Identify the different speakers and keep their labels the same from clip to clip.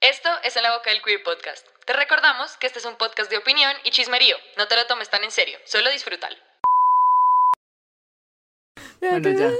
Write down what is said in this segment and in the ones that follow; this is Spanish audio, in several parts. Speaker 1: Esto es En la Boca del Queer Podcast. Te recordamos que este es un podcast de opinión y chismerío. No te lo tomes tan en serio, solo disfrútalo.
Speaker 2: Bueno, ya.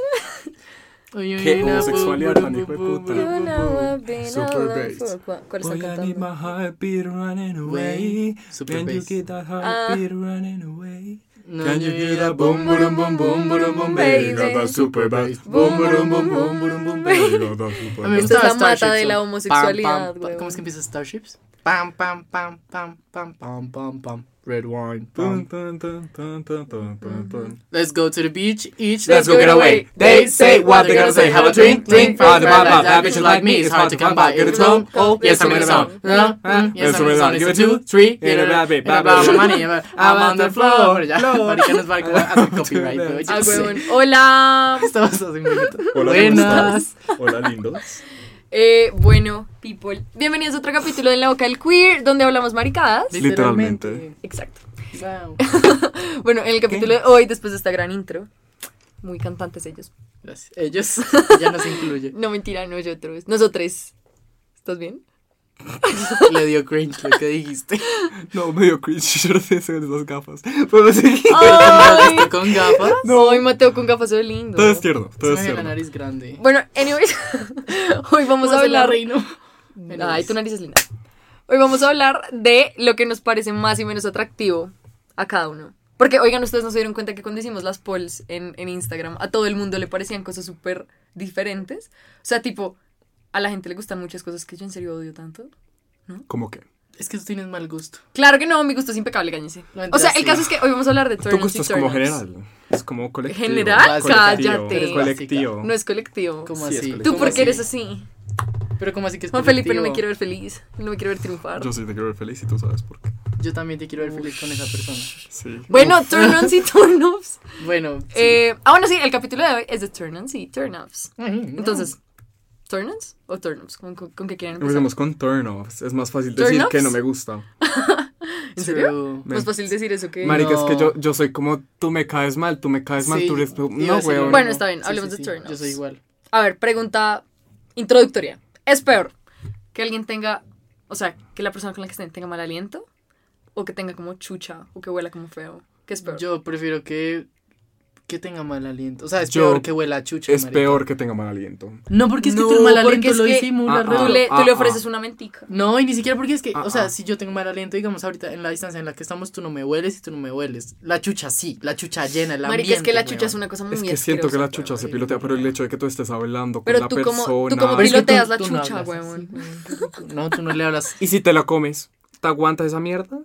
Speaker 2: Oye,
Speaker 3: Qué
Speaker 2: oye, na,
Speaker 3: homosexualidad
Speaker 2: bu, bu,
Speaker 3: tan
Speaker 2: bu,
Speaker 3: hijo de
Speaker 2: bu,
Speaker 3: puta.
Speaker 2: bu, bu, bu.
Speaker 3: Super bass.
Speaker 4: ¿Cuál está cantando?
Speaker 3: heartbeat running
Speaker 2: away. Super Can you bass. get
Speaker 3: that
Speaker 4: heartbeat
Speaker 3: running away?
Speaker 2: Ah. No,
Speaker 3: Can
Speaker 2: yo
Speaker 3: you
Speaker 2: ya-
Speaker 3: hear that boom boom boom boom boom boom baby? Got that super bass. Boom boom boom boom boom boom baby. Got that super
Speaker 2: A mí me
Speaker 3: bass.
Speaker 4: Esta es
Speaker 2: gustaba
Speaker 4: la mata
Speaker 2: Starships,
Speaker 4: de la
Speaker 2: ¿no? Pam,
Speaker 4: homosexualidad,
Speaker 2: pam, pam.
Speaker 4: güey.
Speaker 2: ¿Cómo es que empieza Starships?
Speaker 3: Pam pam pam pam pam pam pam pam. Red wine. Pam pam pam pam pam pam pam pam.
Speaker 2: Let's go to the beach, each
Speaker 3: Let's go get away. They say what they gotta say. Have a drink, drink. Find the mama, that bitch like me. It's hard to come by. Get a tone. Oh, yes, I'm in a zone.
Speaker 2: No, no, yes, I'm in a zone. It's a two, three,
Speaker 3: In a rabbit,
Speaker 2: I'm
Speaker 3: rabbit.
Speaker 2: money, I'm on the floor. Ya,
Speaker 3: Floor.
Speaker 2: marica, nos va a hacer copyright, güey, yo
Speaker 4: Ah,
Speaker 2: sé.
Speaker 4: huevón. Hola.
Speaker 2: Estamos hace un minuto.
Speaker 3: Hola,
Speaker 2: Buenas.
Speaker 3: Hola, lindos.
Speaker 4: Eh, bueno, people. Bienvenidos a otro capítulo de En la Boca del Queer, donde hablamos maricadas.
Speaker 3: Literalmente.
Speaker 4: Exacto.
Speaker 2: Wow.
Speaker 4: Bueno, en el capítulo de hoy, después de esta gran intro, muy cantantes ellos.
Speaker 2: Gracias. Ellos ya nos incluye.
Speaker 4: No, mentira, nosotros. Nosotros. ¿Estás bien?
Speaker 2: Le dio cringe lo que dijiste.
Speaker 3: No, medio cringe. Yo no sé eso de esas gafas. Pero sí.
Speaker 2: Oh.
Speaker 4: ¡Ay!
Speaker 2: ¿Está con gafas?
Speaker 4: No, y Mateo con gafas de lindo.
Speaker 3: Todo es tierno.
Speaker 2: Se me ve
Speaker 3: Todo es
Speaker 2: la
Speaker 3: tierno.
Speaker 2: nariz grande.
Speaker 4: Bueno, anyways, hoy vamos a hablar. Ay,
Speaker 2: Anyways.
Speaker 4: tu nariz es linda. Hoy vamos a hablar de lo que nos parece más y menos atractivo a cada uno. Porque, oigan, ustedes no se dieron cuenta que cuando hicimos las polls en, en Instagram, a todo el mundo le parecían cosas súper diferentes. O sea, tipo, a la gente le gustan muchas cosas que yo en serio odio tanto.
Speaker 3: ¿Cómo que?
Speaker 2: Es que tú tienes mal gusto.
Speaker 4: Claro que no, mi gusto es impecable, cáñense. O
Speaker 2: No,
Speaker 4: sea,
Speaker 2: entonces,
Speaker 4: el caso es que hoy vamos a hablar de
Speaker 3: Tu
Speaker 4: turn-ons y
Speaker 3: gusto es como
Speaker 4: turn-offs.
Speaker 3: general. Es como colectivo.
Speaker 4: ¿General?
Speaker 3: Colectivo,
Speaker 4: Cállate. Eres
Speaker 3: Colectivo.
Speaker 4: No es colectivo.
Speaker 2: ¿Cómo
Speaker 3: Sí, es
Speaker 2: así?
Speaker 3: colectivo.
Speaker 4: Tú
Speaker 2: ¿Cómo
Speaker 4: porque
Speaker 2: así?
Speaker 4: eres así.
Speaker 2: Pero ¿cómo así que es
Speaker 4: Juan Felipe no me
Speaker 2: colectivo?
Speaker 4: quiero ver feliz, no me quiero ver triunfar.
Speaker 3: Yo sí te quiero ver feliz y tú sabes por qué.
Speaker 2: Yo también te quiero ver feliz con esa persona.
Speaker 3: Sí.
Speaker 4: Bueno, turn-ons y turn-offs.
Speaker 2: Bueno. sí.
Speaker 4: Eh, ah, bueno, sí, el capítulo de hoy es de turn-ons y turn-offs.
Speaker 2: Ay, no.
Speaker 4: Entonces, ¿turn-ons o turn-offs? ¿Con, con, con qué quieren empezar?
Speaker 3: Empecemos con turn-offs. Es más fácil
Speaker 4: ¿Turn
Speaker 3: decir
Speaker 4: offs? pues,
Speaker 3: que no me gusta.
Speaker 4: ¿En serio?
Speaker 2: True.
Speaker 3: Me-
Speaker 4: Más fácil decir eso que...
Speaker 3: Marica, es que
Speaker 2: No.
Speaker 3: yo, yo soy como tú me caes mal, tú me caes mal,
Speaker 2: Sí,
Speaker 3: tú eres.
Speaker 2: iba a
Speaker 3: No,
Speaker 2: decir lo
Speaker 3: weón.
Speaker 4: Bueno,
Speaker 2: mismo.
Speaker 4: está bien,
Speaker 2: Sí,
Speaker 4: hablemos
Speaker 2: sí,
Speaker 4: de
Speaker 2: sí,
Speaker 4: turn-offs.
Speaker 2: Yo soy igual.
Speaker 4: A ver, pregunta introductoria. ¿Es peor que alguien tenga, o sea, que la persona con la que estén tenga mal aliento? ¿O que tenga como chucha? ¿O que huela como feo? ¿Qué es peor?
Speaker 2: Yo prefiero que, que tenga mal aliento. O sea, es
Speaker 3: Yo-
Speaker 2: peor que huela a chucha.
Speaker 3: es
Speaker 2: marica.
Speaker 3: peor que tenga mal aliento.
Speaker 2: No, porque es que
Speaker 4: No,
Speaker 2: tú el mal
Speaker 4: porque
Speaker 2: aliento
Speaker 4: es
Speaker 2: lo
Speaker 4: que-
Speaker 2: disimulas.
Speaker 3: Ah,
Speaker 2: re
Speaker 3: ah.
Speaker 4: tú le, tú
Speaker 3: ah,
Speaker 4: le
Speaker 3: ah.
Speaker 4: ofreces una mentica.
Speaker 2: No, y ni siquiera porque es que,
Speaker 3: Ah,
Speaker 2: o sea,
Speaker 3: ah.
Speaker 2: si yo tengo mal aliento, digamos ahorita en la distancia en la que estamos, tú no me hueles y tú no me hueles. La chucha sí, la chucha llena, el
Speaker 4: Marica, es que la
Speaker 2: ambiente,
Speaker 4: chucha es
Speaker 2: weón.
Speaker 4: una cosa muy
Speaker 3: Es que siento que
Speaker 4: asquerosa,
Speaker 3: la chucha se
Speaker 4: huevón.
Speaker 3: pilotea, pero el hecho de que tú estés hablando con
Speaker 4: Pero
Speaker 3: la
Speaker 4: tú
Speaker 3: persona.
Speaker 4: como- tú como
Speaker 2: Pero Ah, es que tú-
Speaker 4: piloteas la
Speaker 2: tú no
Speaker 4: chucha,
Speaker 2: hablas así,
Speaker 4: weón.
Speaker 2: No, tú no le hablas.
Speaker 3: ¿Y si te la comes? ¿Te aguantas esa mierda?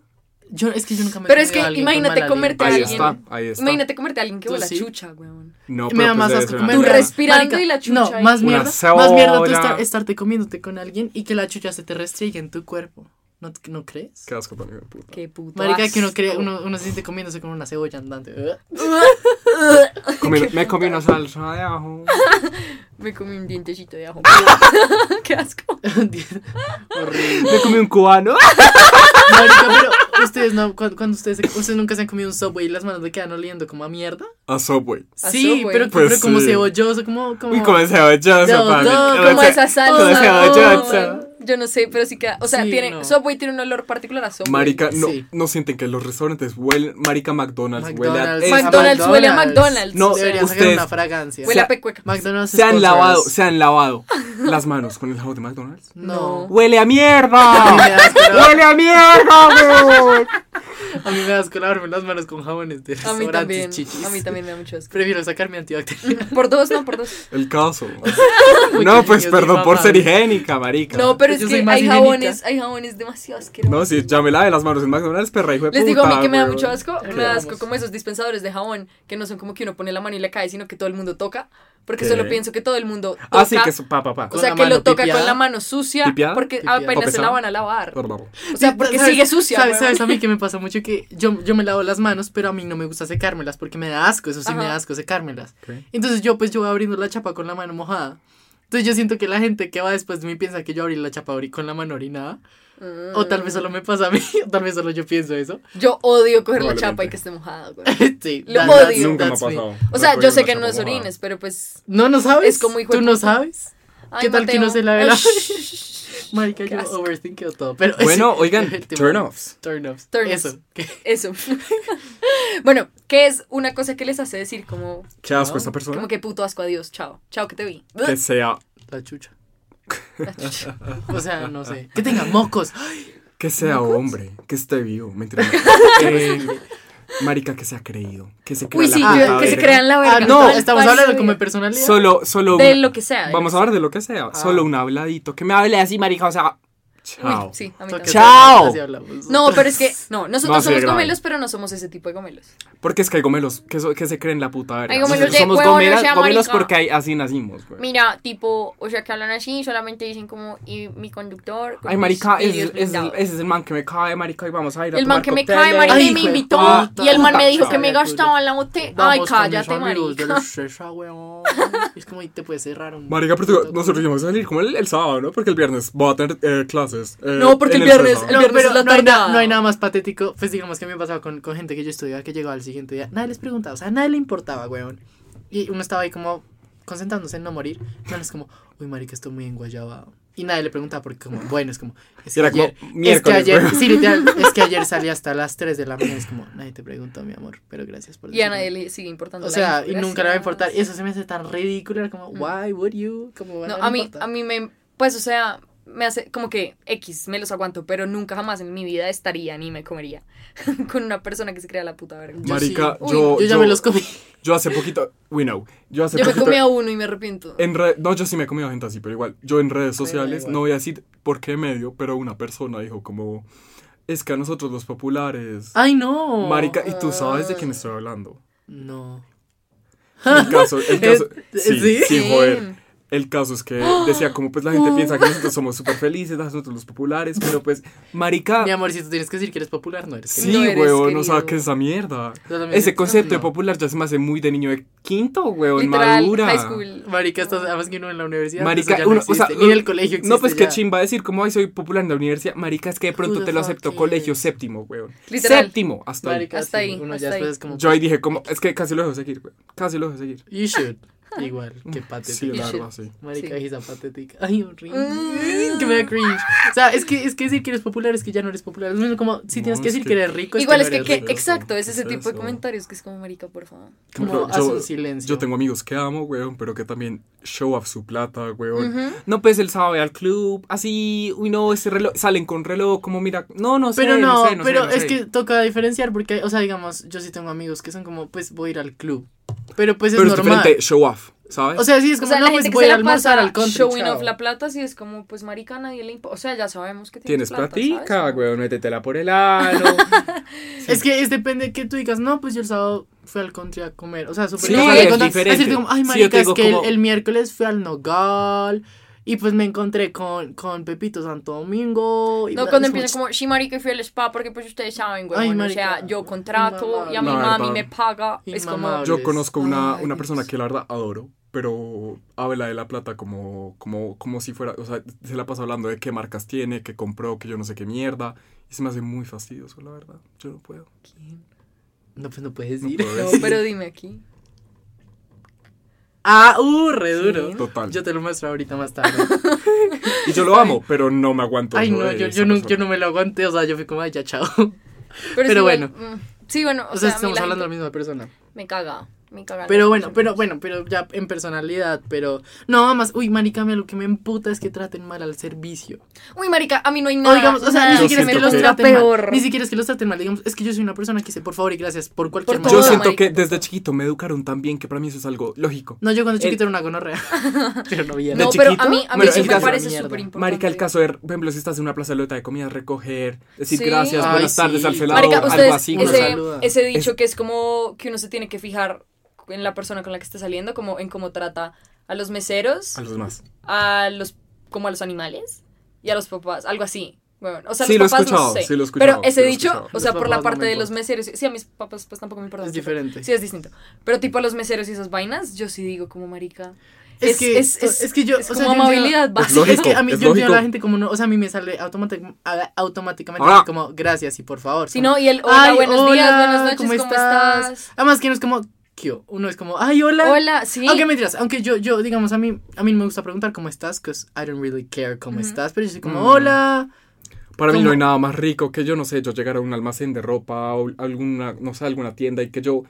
Speaker 2: Yo, es que yo nunca me he
Speaker 4: Pero es
Speaker 2: comido
Speaker 4: que
Speaker 2: a alguien con
Speaker 4: imagínate
Speaker 2: mal
Speaker 4: comerte a
Speaker 3: Ahí
Speaker 2: aliento.
Speaker 4: alguien.
Speaker 3: está, ahí está.
Speaker 4: Imagínate comerte a alguien que
Speaker 2: Tú
Speaker 4: huela a
Speaker 2: sí.
Speaker 4: chucha, weón.
Speaker 3: No,
Speaker 2: me
Speaker 3: pero
Speaker 2: da
Speaker 3: pues
Speaker 2: más
Speaker 3: debe
Speaker 2: asco
Speaker 3: ser
Speaker 2: comer.
Speaker 3: una
Speaker 4: Tú
Speaker 3: mierda.
Speaker 4: respiras respirando y la chucha
Speaker 2: No,
Speaker 4: ahí.
Speaker 2: más
Speaker 3: Una
Speaker 2: mierda. Más mierda tú
Speaker 3: cebolla.
Speaker 2: estar, estarte comiéndote con alguien y que la chucha se te restriegue en tu cuerpo. ¿No, no crees?
Speaker 3: Qué asco tan hijo de puta.
Speaker 4: Qué puto
Speaker 2: Marica, que uno,
Speaker 4: asco.
Speaker 2: cree, uno, uno se siente comiéndose con una cebolla andante.
Speaker 3: Comí- me comí una salsa de ajo.
Speaker 4: Me comí un dientecito de ajo.
Speaker 2: ¡Ah!
Speaker 4: Qué asco.
Speaker 2: Horrible.
Speaker 3: me comí un cubano.
Speaker 2: Marica, pero ustedes no, cuando, cuando ustedes, ustedes nunca se han comido un subway y las manos le quedan oliendo como a mierda.
Speaker 3: A Subway.
Speaker 4: A
Speaker 2: Sí,
Speaker 4: Subway.
Speaker 2: pero,
Speaker 3: Pues
Speaker 2: pero como
Speaker 3: sí.
Speaker 2: cebolloso, como. como...
Speaker 3: Uy, como ese ochoso,
Speaker 2: No,
Speaker 3: papi.
Speaker 2: no,
Speaker 3: Como
Speaker 4: Como
Speaker 3: ese-
Speaker 4: esa
Speaker 3: como ese
Speaker 4: salsa.
Speaker 3: ochoso.
Speaker 4: oh, yo no sé, pero sí que. O sea,
Speaker 2: Sí,
Speaker 4: tiene.
Speaker 2: no.
Speaker 4: Subway tiene un olor particular a Subway.
Speaker 3: Marica, no,
Speaker 2: Sí.
Speaker 3: no sienten que los restaurantes huelen. Marica, McDonald's,
Speaker 2: McDonald's,
Speaker 3: huele a.
Speaker 4: Mac- McDonald's huele a McDonald's.
Speaker 3: No,
Speaker 2: deberían sacar
Speaker 3: ustedes-
Speaker 2: una fragancia.
Speaker 4: Huele a
Speaker 3: sea,
Speaker 4: pecueca.
Speaker 2: McDonald's
Speaker 3: Se han
Speaker 2: sponsors.
Speaker 3: lavado, se han lavado las manos con el jabón de McDonald's.
Speaker 2: No.
Speaker 3: ¡Huele a
Speaker 2: A mí me
Speaker 3: mierda!
Speaker 2: da asco lavar-
Speaker 3: ¡Huele a mierda, weón!
Speaker 2: a mí me da asco lavarme las manos con jabones de
Speaker 4: A mí
Speaker 2: restaurantes
Speaker 4: también.
Speaker 2: chichis.
Speaker 4: A mí también me da mucho asco.
Speaker 2: Prefiero sacarme antibacterial.
Speaker 4: Por dos, no, por dos.
Speaker 3: El caso.
Speaker 2: Muy
Speaker 3: No, pues
Speaker 2: cariñoso,
Speaker 3: perdón por
Speaker 2: mamá.
Speaker 3: ser higiénica, marica.
Speaker 4: No, pero es
Speaker 2: Yo soy
Speaker 4: que
Speaker 2: más
Speaker 4: hay
Speaker 2: higiénica.
Speaker 4: jabones, hay jabones demasiado asquerosos.
Speaker 3: No, si ya me lavé las manos en McDonald's, perra, hijo de
Speaker 4: Les digo a mí
Speaker 3: puta,
Speaker 4: que me da
Speaker 3: weón.
Speaker 4: mucho asco, me da asco
Speaker 2: vamos.
Speaker 4: como esos dispensadores de jabón que no son como que uno pone la mano y le cae, sino que todo el mundo toca, porque
Speaker 3: ¿Qué?
Speaker 4: solo pienso que todo el mundo toca.
Speaker 3: Ah, sí, que es pa, pa, pa.
Speaker 4: o
Speaker 2: Con
Speaker 4: sea,
Speaker 2: la
Speaker 4: que lo
Speaker 2: mano
Speaker 4: toca
Speaker 2: pipiada.
Speaker 4: con la mano sucia
Speaker 3: Pipiada,
Speaker 4: porque
Speaker 2: pipiada.
Speaker 4: apenas se
Speaker 3: Popesada.
Speaker 4: la van a lavar.
Speaker 3: Perdón.
Speaker 4: O sea, porque
Speaker 2: ¿Sabes-
Speaker 4: sigue sucia.
Speaker 2: ¿sabes,
Speaker 4: weón.
Speaker 2: sabes a mí que me pasa mucho que yo, yo me lavo las manos, pero a mí no me gusta secármelas porque me da asco, eso sí me
Speaker 4: Ajá.
Speaker 2: da asco secármelas.
Speaker 3: Ok.
Speaker 2: Entonces yo pues yo voy abriendo la chapa con la mano mojada. Entonces yo siento que la gente que va después de mí piensa que yo abrí la chapa ori- con la mano orinada. O tal vez solo me pasa a mí, o tal vez solo yo pienso eso.
Speaker 4: Yo odio coger la
Speaker 3: Probablemente.
Speaker 4: chapa y que esté mojada, güey.
Speaker 2: sí,
Speaker 4: Lo
Speaker 2: that-
Speaker 4: odio.
Speaker 2: that's-
Speaker 3: Nunca me ha
Speaker 2: that's me.
Speaker 3: pasado.
Speaker 4: O sea,
Speaker 3: No,
Speaker 4: yo
Speaker 3: pero
Speaker 4: sé
Speaker 3: me
Speaker 4: que
Speaker 3: la
Speaker 4: no es
Speaker 3: mojada.
Speaker 4: orines, pero pues
Speaker 2: No, no sabes.
Speaker 4: Es como hijo de
Speaker 2: Tú no
Speaker 4: puta.
Speaker 2: sabes.
Speaker 4: ay,
Speaker 2: ¿Qué tal que
Speaker 4: Mateo.
Speaker 2: no se lave la-
Speaker 4: Ay, shh, shh, shh.
Speaker 2: Marica,
Speaker 4: Qué
Speaker 2: yo
Speaker 4: asco.
Speaker 2: overthinking todo. Pero
Speaker 3: Bueno,
Speaker 2: ese-
Speaker 3: oigan,
Speaker 2: el tema.
Speaker 3: turn-offs.
Speaker 2: Turn-offs.
Speaker 4: Turn-offs.
Speaker 2: Eso. que-
Speaker 4: Eso. bueno, ¿qué es una cosa que les hace decir como,
Speaker 3: Qué asco
Speaker 2: No,
Speaker 3: esta persona.
Speaker 4: como que ¿eh? puto asco, adiós, chao, chao que te vi?
Speaker 3: Que sea,
Speaker 2: La chucha.
Speaker 4: La chucha.
Speaker 2: O sea, no sé. Que tenga mocos. Ay,
Speaker 3: que sea hombre, que esté vivo, mentira. Eh, marica, que sea creído, que se crea
Speaker 4: Uy,
Speaker 3: la
Speaker 4: sí,
Speaker 3: puta
Speaker 4: que- que se
Speaker 3: verga.
Speaker 4: crean la verga.
Speaker 2: ah,
Speaker 4: todo
Speaker 2: no,
Speaker 4: el
Speaker 2: estamos
Speaker 4: país
Speaker 2: hablando
Speaker 4: de
Speaker 2: como de
Speaker 4: vida.
Speaker 2: personalidad.
Speaker 3: Solo, solo.
Speaker 4: De
Speaker 3: un-
Speaker 4: lo que sea. de
Speaker 3: Vamos a
Speaker 4: lo
Speaker 3: hablar de lo que sea. Solo un habladito. Que me hable así, marica. O
Speaker 4: que sea.
Speaker 3: sea.
Speaker 4: Uy,
Speaker 3: Chao.
Speaker 4: sí, a mí también.
Speaker 2: Toque
Speaker 3: Chao.
Speaker 2: así hablamos.
Speaker 4: No, pero es que, no, nosotros
Speaker 3: No, sí,
Speaker 4: somos
Speaker 3: grave.
Speaker 4: gomelos, pero no somos ese tipo de gomelos.
Speaker 3: Porque es que hay gomelos que, so- que se creen la puta verga.
Speaker 4: Hay gomelos
Speaker 3: Nosotros
Speaker 4: de
Speaker 3: somos
Speaker 4: huevo, no
Speaker 3: gomelas-
Speaker 4: sea
Speaker 3: gomelos
Speaker 4: marica.
Speaker 3: porque hay- así nacimos, güey.
Speaker 4: Mira, tipo, o sea, que hablan así y solamente dicen como, y mi conductor. con
Speaker 3: Ay,
Speaker 4: mis
Speaker 3: marica, ese
Speaker 4: vidrios
Speaker 3: es, es-
Speaker 4: blindados".
Speaker 3: ese es el man que me cae, marica, y vamos a ir a
Speaker 4: El man
Speaker 3: tomar
Speaker 4: que me
Speaker 3: cócteles.
Speaker 4: cae, marica,
Speaker 2: Ay,
Speaker 4: y me
Speaker 2: hijo de
Speaker 4: invitó.
Speaker 2: puta.
Speaker 4: y el man me dijo
Speaker 3: Puta,
Speaker 4: que me
Speaker 2: sabía tuyo.
Speaker 4: gastaba en la botella. Ay,
Speaker 2: Vamos con mis
Speaker 4: cállate,
Speaker 2: amigos
Speaker 4: marica.
Speaker 2: de los Shesha, weón. Es como ahí te puede cerrar un.
Speaker 3: Marica, pero tú- nosotros íbamos a salir como el, el sábado, ¿no? Porque el viernes voy a tener eh, clases. eh,
Speaker 4: No, porque
Speaker 3: en
Speaker 4: el viernes-
Speaker 3: César.
Speaker 2: No,
Speaker 4: viernes
Speaker 2: pero
Speaker 4: es la
Speaker 2: no hay, na-
Speaker 4: tarde.
Speaker 2: no hay nada más patético. Pues digamos que a mí me pasaba con, con gente que yo estudiaba que llegaba al siguiente día. Nadie les preguntaba, o sea, a nadie le importaba, weón. Y uno estaba ahí como concentrándose en no morir. No es como, uy, marica, estoy muy enguayabado. Y nadie le preguntaba porque como, bueno, es como, es que
Speaker 3: Era como
Speaker 2: ayer, es que
Speaker 3: miércoles,
Speaker 2: ayer,
Speaker 3: weón.
Speaker 2: sí, literal, es que ayer salí hasta las 3 de la mañana. Es como, nadie te preguntó, mi amor, pero gracias por
Speaker 4: Y a
Speaker 2: decirme".
Speaker 4: nadie le sigue importando.
Speaker 2: O
Speaker 4: la
Speaker 2: sea, y
Speaker 4: vida.
Speaker 2: nunca le va a
Speaker 4: Gracias. Mm.
Speaker 2: importar. Y eso se me hace tan ridículo. era Como, why would you? Como,
Speaker 4: No,
Speaker 2: le
Speaker 4: a mí,
Speaker 2: importa.
Speaker 4: a mí me, pues, o sea, me hace como que X, me los aguanto, pero nunca jamás en mi vida estaría ni me comería con una persona que se crea la puta verga.
Speaker 2: Yo
Speaker 3: Marica,
Speaker 2: sí.
Speaker 4: Uy,
Speaker 3: yo,
Speaker 2: Yo ya me los comí.
Speaker 3: yo hace poquito. We know. Yo hace
Speaker 4: Yo me
Speaker 3: poquito.
Speaker 4: comí a uno y me arrepiento.
Speaker 2: Eh,
Speaker 3: En re- no, yo sí me he comido gente así, pero igual, yo en redes sociales,
Speaker 2: igual.
Speaker 3: no voy a decir por qué medio, pero una persona dijo como, es que a nosotros los populares,
Speaker 2: Ay, no.
Speaker 3: marica, y tú sabes de quién estoy hablando.
Speaker 2: No.
Speaker 3: El caso, el caso,
Speaker 2: Es-
Speaker 3: sí,
Speaker 2: ¿sí?
Speaker 3: sí, joder. El caso es que decía como, pues la gente piensa que nosotros somos súper felices, nosotros los populares, pero pues, marica,
Speaker 2: Mi amor, si tú tienes que decir que eres popular, no eres.
Speaker 3: sí,
Speaker 4: No eres
Speaker 3: weón, o sea,
Speaker 4: querido.
Speaker 3: que esa mierda.
Speaker 2: Yo también
Speaker 3: Ese
Speaker 2: siento-
Speaker 3: concepto de
Speaker 2: no.
Speaker 3: popular ya se me hace muy de niño de quinto, weón,
Speaker 4: Literal,
Speaker 3: madura.
Speaker 4: high school.
Speaker 2: Marica, estás, además que uno en la universidad.
Speaker 3: Marica,
Speaker 2: eso ya no
Speaker 3: uno- o sea,
Speaker 2: existe, ni en el colegio existe.
Speaker 3: No, pues qué
Speaker 2: ya.
Speaker 3: chimba decir, como hoy soy popular en la universidad. Marica, es que de pronto
Speaker 2: the
Speaker 3: te lo
Speaker 2: fuck
Speaker 3: acepto
Speaker 2: is?
Speaker 3: colegio séptimo, weón.
Speaker 4: Literal.
Speaker 3: Séptimo, hasta ahí.
Speaker 2: Marica,
Speaker 4: Hasta
Speaker 2: sí,
Speaker 4: ahí,
Speaker 2: Uno
Speaker 4: hasta
Speaker 2: ya después
Speaker 4: ahí.
Speaker 2: es como.
Speaker 3: Yo ahí dije, como, es que casi lo dejo seguir, weón. Casi lo dejo seguir.
Speaker 2: You should. Igual, qué
Speaker 3: Sí,
Speaker 2: patético.
Speaker 3: la
Speaker 4: shit.
Speaker 3: verdad, sí.
Speaker 2: Marica,
Speaker 4: Sí.
Speaker 2: es patética. Ay, horrible.
Speaker 4: Mm.
Speaker 2: Que me da cringe. O sea, es que, es que decir que eres popular es que ya no eres popular. Es mismo como si
Speaker 3: No,
Speaker 2: tienes que
Speaker 3: es
Speaker 2: decir
Speaker 3: que-
Speaker 2: que eres rico.
Speaker 4: Igual
Speaker 2: no
Speaker 4: es que,
Speaker 2: eres
Speaker 4: que-
Speaker 2: rico.
Speaker 4: exacto, es
Speaker 3: ¿Qué
Speaker 4: ese
Speaker 3: es
Speaker 4: tipo de
Speaker 3: eso?
Speaker 4: comentarios que es como, marica, por favor.
Speaker 2: Como
Speaker 3: Pero
Speaker 2: haz un silencio.
Speaker 3: Yo tengo amigos que amo, weón, pero que también show up su plata, weón. No, pues el sábado al club, así, uy, no, ese reloj, salen con reloj, como mira, no, no sé,
Speaker 2: Pero no,
Speaker 3: sé, no sé,
Speaker 2: pero
Speaker 3: no sé.
Speaker 2: es que toca diferenciar porque, hay- o sea, digamos, yo sí tengo amigos que son como, pues voy a ir al club. Pero pues es
Speaker 3: Pero es
Speaker 2: normal.
Speaker 3: diferente, show off, ¿sabes?
Speaker 2: O sea, sí es
Speaker 4: O
Speaker 2: como,
Speaker 4: sea, la
Speaker 2: no,
Speaker 4: gente
Speaker 2: pues
Speaker 4: que
Speaker 2: voy
Speaker 4: se
Speaker 2: a
Speaker 4: la
Speaker 2: almorzar
Speaker 4: pasa
Speaker 2: al country.
Speaker 4: showing
Speaker 2: chao.
Speaker 4: off la plata, sí es como, pues, marica, a nadie le importa. O sea, ya sabemos que tienes,
Speaker 3: Tienes
Speaker 4: plata,
Speaker 3: platica,
Speaker 4: ¿sabes?
Speaker 3: weón, métetela por el ano.
Speaker 2: Es que es depende que tú digas, no, pues yo el sábado fui al country a comer. O sea, súper
Speaker 3: Sí,
Speaker 2: normal.
Speaker 4: es
Speaker 2: Te contan-
Speaker 3: diferente.
Speaker 2: decirte como, ay,
Speaker 3: Sí, yo
Speaker 2: marica,
Speaker 3: te digo
Speaker 2: es que el-
Speaker 3: como-
Speaker 2: el, miércoles fui al Nogal. Y pues me encontré con, con Pepito Santo Domingo. y
Speaker 4: No,
Speaker 2: bla-
Speaker 4: cuando
Speaker 2: es como,
Speaker 4: empiezan como, sí, marica, y fui al spa porque pues ustedes saben, güey.
Speaker 2: Ay,
Speaker 4: o sea,
Speaker 2: marica.
Speaker 4: yo contrato y a mi
Speaker 3: No,
Speaker 4: mami
Speaker 3: verdad.
Speaker 4: me paga. Es como,
Speaker 2: Inmamable.
Speaker 3: Yo conozco una,
Speaker 2: Ay,
Speaker 3: una
Speaker 2: Dios.
Speaker 3: persona que la verdad adoro, pero habla de la plata como, como, como si fuera, o sea, se la pasa hablando de qué marcas tiene, qué compró, que yo no sé qué mierda. Y se me hace muy fastidioso, la verdad. Yo no puedo.
Speaker 2: No, pues no puedes
Speaker 3: No
Speaker 2: ir.
Speaker 3: puedo
Speaker 4: no,
Speaker 3: decir.
Speaker 4: pero dime aquí.
Speaker 2: Ah, uh, re duro.
Speaker 3: Total.
Speaker 2: Yo te lo muestro ahorita más tarde.
Speaker 3: Y yo lo amo, pero no me aguanto.
Speaker 2: Ay,
Speaker 3: lo
Speaker 2: no,
Speaker 3: de
Speaker 2: yo,
Speaker 3: esa
Speaker 2: yo, no, yo
Speaker 3: persona.
Speaker 2: no me lo aguanté. O sea, yo fui como, ay, ya, chao.
Speaker 4: Pero,
Speaker 2: Pero
Speaker 4: igual, mm, sí, bueno, o,
Speaker 2: O
Speaker 4: sea,
Speaker 2: sea,
Speaker 4: a mí
Speaker 2: estamos
Speaker 4: la
Speaker 2: hablando de la
Speaker 4: gente
Speaker 2: misma persona.
Speaker 4: me caga, me caga. la
Speaker 2: Pero
Speaker 4: gente.
Speaker 2: bueno, pero bueno, pero ya en personalidad, pero no, más, uy, marica, mira, lo que me emputa es que traten mal al servicio.
Speaker 4: Uy, marica, a mí no hay nada.
Speaker 2: o digamos, o sea,
Speaker 4: nada
Speaker 2: ni
Speaker 3: Yo
Speaker 2: siquiera es
Speaker 4: me
Speaker 2: que
Speaker 3: siento
Speaker 2: los
Speaker 3: que-
Speaker 4: muestra
Speaker 2: traten
Speaker 4: peor.
Speaker 2: mal. Ni siquiera es que los traten mal, digamos, es que yo soy una persona que dice por favor y gracias por cualquier
Speaker 4: Por
Speaker 2: manera.
Speaker 3: Yo
Speaker 4: todo,
Speaker 3: siento
Speaker 4: marica,
Speaker 3: que desde
Speaker 4: todo.
Speaker 3: chiquito me educaron tan bien que para mí eso es algo lógico.
Speaker 2: No, yo cuando chiquita
Speaker 3: Eh.
Speaker 2: era una gonorrea. pero no vi
Speaker 4: No,
Speaker 3: ¿De
Speaker 4: pero a
Speaker 3: chiquito?
Speaker 4: mí, a mí
Speaker 3: Bueno,
Speaker 4: eso
Speaker 3: el
Speaker 4: me
Speaker 3: caso-
Speaker 4: parece
Speaker 2: Mierda.
Speaker 4: súper importante.
Speaker 3: Marica, el caso de, por ejemplo, si estás en una plaza de lota de comida, recoger, decir
Speaker 4: Sí.
Speaker 3: gracias,
Speaker 2: Ay,
Speaker 3: buenas
Speaker 2: sí.
Speaker 3: tardes al felado,
Speaker 4: Marica,
Speaker 3: algo
Speaker 4: ustedes,
Speaker 3: así.
Speaker 2: uno
Speaker 4: ese,
Speaker 2: saluda.
Speaker 4: ese dicho que es como que uno se tiene que fijar en la persona con la que esté saliendo, como en cómo trata a los meseros,
Speaker 3: A los demás.
Speaker 4: a los como a los animales y a los papás, algo así. Bueno, o sea,
Speaker 3: Sí, lo he
Speaker 4: los papás no
Speaker 3: escuchado,
Speaker 4: sé.
Speaker 3: sí, lo he escuchado,
Speaker 4: pero ese
Speaker 3: sí, lo he
Speaker 4: dicho,
Speaker 3: escuchado.
Speaker 4: o sea,
Speaker 2: Los
Speaker 4: por la
Speaker 2: papás no
Speaker 4: parte
Speaker 2: me
Speaker 4: de los
Speaker 2: importan.
Speaker 4: meseros, sí, a mis papás pues tampoco me importa.
Speaker 2: Es diferente.
Speaker 4: Sí, es distinto. Pero tipo a los meseros y esas vainas, yo sí digo como marica.
Speaker 2: Es que- es que yo-
Speaker 4: es
Speaker 2: o
Speaker 4: como
Speaker 2: sea, yo entiendo-
Speaker 4: amabilidad
Speaker 2: Es
Speaker 4: básica.
Speaker 3: lógico.
Speaker 2: es que a mí
Speaker 3: es
Speaker 2: yo entiendo a
Speaker 3: lógico.
Speaker 2: la gente como no, o sea, a mí me sale automátic- a- automáticamente
Speaker 3: Hola.
Speaker 2: como gracias y por favor.
Speaker 4: Si
Speaker 2: como,
Speaker 4: no, y el hola,
Speaker 2: "Ay,
Speaker 4: buenos días,
Speaker 2: hola,
Speaker 4: buenas noches, ¿cómo, estás?
Speaker 2: Además que no es como Kyo. Uno es como, ay, hola.
Speaker 4: Hola, sí.
Speaker 2: Aunque mentiras, aunque yo, yo, digamos, a mí, a mí no me gusta preguntar cómo estás, because I don't really care cómo estás, pero yo soy como,
Speaker 3: Mm.
Speaker 2: hola.
Speaker 3: Para mí
Speaker 2: ¿Cómo?
Speaker 3: no hay nada más rico que yo, no sé, yo llegar a un almacén de ropa o alguna, no sé, alguna tienda y que yo,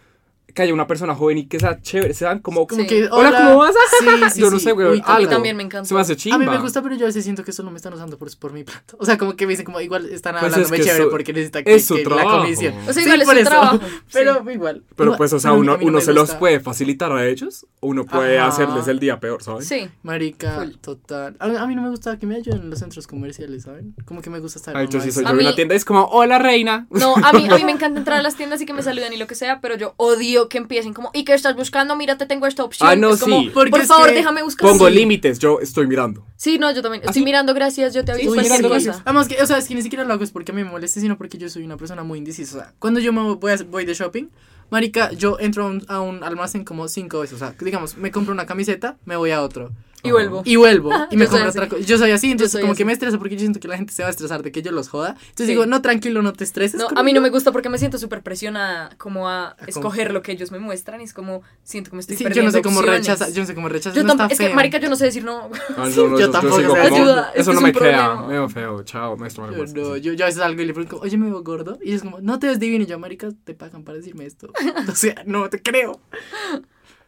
Speaker 3: que haya una persona joven y que sea chévere, se dan como...
Speaker 2: Como
Speaker 4: Sí.
Speaker 2: que, hola.
Speaker 3: Hola, ¿cómo vas?
Speaker 2: Sí, sí,
Speaker 3: yo no
Speaker 2: sí.
Speaker 3: sé, güey,
Speaker 2: Uy,
Speaker 3: algo.
Speaker 4: también me encanta.
Speaker 3: Se me hace chimba.
Speaker 2: A mí me gusta, pero yo a veces siento que solo me están usando por, por mi plato. O sea, como que me dicen, como igual están
Speaker 3: Pues es
Speaker 2: hablándome
Speaker 3: que
Speaker 2: chévere
Speaker 3: su-
Speaker 2: porque necesitan que,
Speaker 3: es su
Speaker 2: que la
Speaker 3: trabajo.
Speaker 2: comisión.
Speaker 4: O sea, igual es un trabajo,
Speaker 2: Pero igual.
Speaker 3: Pero
Speaker 2: Igual,
Speaker 3: pues, o sea,
Speaker 2: a mí- a
Speaker 3: uno,
Speaker 2: mí no
Speaker 3: uno
Speaker 2: me
Speaker 3: se los
Speaker 2: gusta.
Speaker 3: puede facilitar a ellos, o uno puede
Speaker 2: Ajá.
Speaker 3: hacerles el día peor, ¿sabes?
Speaker 4: Sí.
Speaker 2: Marica,
Speaker 4: Full.
Speaker 2: total. A, a mí no me gusta que me ayuden en los centros comerciales, ¿saben? Como que me gusta estar.
Speaker 3: Ay, yo
Speaker 2: mamá,
Speaker 3: sí soy
Speaker 4: A
Speaker 3: yo en
Speaker 4: mí-
Speaker 3: la tienda, es como, hola reina.
Speaker 4: No, a mí, a mí me encanta entrar a las tiendas y que me saluden y lo que sea, pero yo odio que empiecen como, ¿y qué estás buscando? Mira, te tengo esta opción.
Speaker 3: Ah, no,
Speaker 4: Es como,
Speaker 3: sí.
Speaker 2: Porque
Speaker 4: por
Speaker 2: es
Speaker 4: favor,
Speaker 2: que
Speaker 4: déjame buscar.
Speaker 3: Pongo
Speaker 4: Sí.
Speaker 3: límites, yo estoy mirando.
Speaker 4: Sí, no, yo también. Estoy
Speaker 3: ¿Así?
Speaker 4: mirando, gracias, yo te aviso
Speaker 2: Uy,
Speaker 3: Pues,
Speaker 4: cualquier
Speaker 2: sí,
Speaker 3: mirando,
Speaker 4: cosa.
Speaker 3: gracias.
Speaker 2: Además, que, o sea, es que ni siquiera lo hago es porque me moleste, sino porque yo soy una persona muy indecisa. O sea, cuando yo me voy, a- voy de shopping, marica, yo entro a un, a un almacén como cinco veces. O sea, digamos, me compro una camiseta, me voy a otro.
Speaker 4: Y vuelvo.
Speaker 2: Y vuelvo.
Speaker 4: Ajá,
Speaker 2: Y me
Speaker 4: yo soy
Speaker 2: compro
Speaker 4: así.
Speaker 2: otra cosa. Yo soy así, entonces
Speaker 4: soy
Speaker 2: como
Speaker 4: así.
Speaker 2: que me estreso porque yo siento que la gente se va a estresar de que yo los joda. Entonces
Speaker 4: Sí.
Speaker 2: digo, no, tranquilo, no te estreses.
Speaker 4: No, a
Speaker 2: como
Speaker 4: mí
Speaker 2: yo".
Speaker 4: no me gusta porque me siento súper presionada como a,
Speaker 2: cómo-
Speaker 4: escoger lo que ellos me muestran y es como siento que me estoy
Speaker 2: Sí, yo
Speaker 4: perdiendo
Speaker 2: no sé cómo
Speaker 4: opciones.
Speaker 2: rechazar. Yo no sé cómo rechazar.
Speaker 4: Yo
Speaker 2: no
Speaker 4: tamp-
Speaker 2: está
Speaker 4: es que
Speaker 2: feo.
Speaker 4: marica yo no sé decir no.
Speaker 3: Ah,
Speaker 2: Sí, yo tampoco
Speaker 3: sigo
Speaker 2: sé.
Speaker 3: como,
Speaker 4: Ayuda,
Speaker 3: Eso
Speaker 4: este
Speaker 3: no
Speaker 4: es
Speaker 3: me
Speaker 4: un
Speaker 3: crea,
Speaker 4: problema.
Speaker 3: me veo feo, chao, maestro.
Speaker 2: Yo
Speaker 3: vergüenza.
Speaker 2: no, yo, yo a veces salgo y le pregunto, oye, me veo gordo. Y ellos como, no te ves divino. Y yo, marica, te pagan para decirme esto. O sea, no te creo.